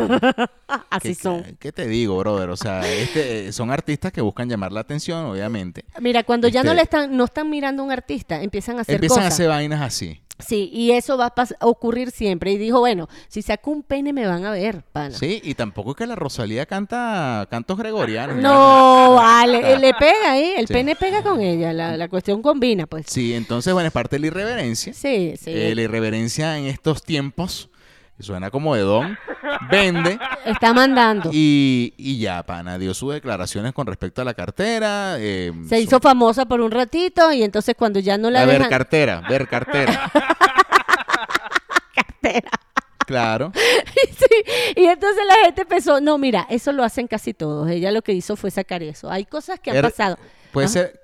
S2: Así
S1: ¿Qué,
S2: son.
S1: ¿Qué te digo, brother? O sea, este, eh, son artistas que buscan llamar la atención, obviamente.
S2: Mira, cuando ya no
S1: Este-
S2: le están, no están mirando a un artista, empiezan a hacer
S1: Empiezan
S2: cosas.
S1: a hacer vainas así.
S2: Sí, y eso va a pas- a ocurrir siempre. Y dijo, bueno, si saco un pene me van a ver, pana.
S1: Sí, y tampoco es que la Rosalía canta cantos gregorianos.
S2: No, vale, eh, le pega, ¿eh? El
S1: Sí.
S2: pene pega con ella, la, la cuestión combina, pues.
S1: Sí, entonces, bueno, es parte de la irreverencia.
S2: Sí, sí.
S1: Eh, la irreverencia en estos tiempos, que suena como de don, vende.
S2: Está mandando.
S1: Y, y ya, pana, dio sus declaraciones con respecto a la cartera. eh,
S2: Se
S1: su-
S2: hizo famosa por un ratito y entonces cuando ya no la
S1: A ver,
S2: dejan...
S1: cartera, ver cartera.
S2: cartera.
S1: Claro.
S2: Sí, y entonces la gente empezó, no, mira, eso lo hacen casi todos. Ella lo que hizo fue sacar eso. Hay cosas que han
S1: Er-
S2: pasado.
S1: Puede
S2: Ah.
S1: ser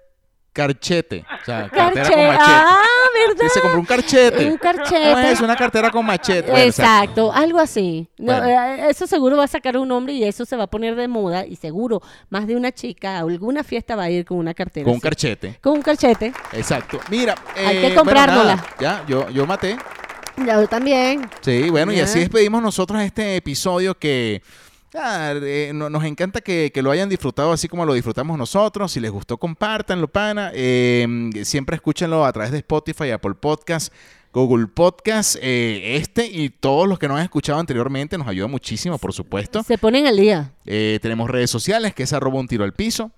S1: carchete. O sea, cartera
S2: Carche-
S1: con machete.
S2: Ah,
S1: Sí,
S2: ¿verdad?
S1: se compró un carchete.
S2: Un
S1: No
S2: carchete.
S1: es una cartera con machete. Bueno, o sea,
S2: Exacto, algo así. No,
S1: Bueno.
S2: eh, eso seguro va a sacar un hombre y eso se va a poner de moda y seguro más de una chica a alguna fiesta va a ir con una cartera.
S1: con un
S2: así.
S1: carchete.
S2: Con un carchete.
S1: Exacto. Mira,
S2: Hay que
S1: eh, bueno,
S2: comprárnosla.
S1: nada, ya, yo, yo maté.
S2: Yo también.
S1: Sí, bueno, y
S2: Ya.
S1: así despedimos nosotros este episodio que ah, eh, no- nos encanta que, que lo hayan disfrutado así como lo disfrutamos nosotros. Si les gustó, compártanlo, pana. Eh, siempre escúchenlo a través de Spotify, Apple Podcast. Google Podcast, eh, este y todos los que nos han escuchado anteriormente nos ayuda muchísimo, por supuesto.
S2: Se ponen al día.
S1: Eh, tenemos redes sociales, que es arroba un tiro al piso.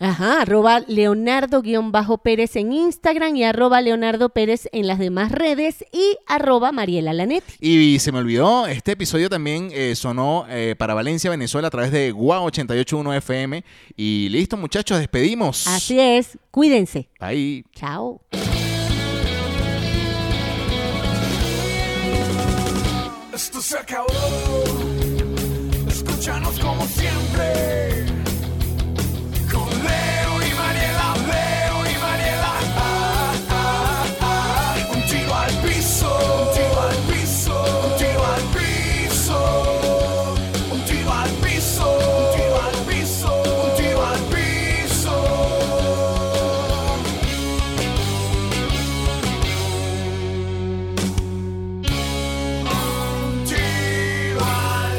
S2: Ajá, arroba Leonardo-Pérez en Instagram y arroba Leonardo Pérez en las demás redes y arroba Mariela Lanetti.
S1: Y se me olvidó, este episodio también eh, sonó eh, para Valencia, Venezuela, a través de Guau 881 FM. Y listo, muchachos, despedimos.
S2: Así es, cuídense.
S1: Bye.
S2: Chao.
S5: Esto se acabó. Escúchanos como siempre. Con Leo y Mariela, Leo y Mariela. Ah, ah, ah. Un tiro al piso, un tiro al piso, un tiro al piso. Un tiro al piso, un tiro al piso, un tiro al piso. Un Um tiro al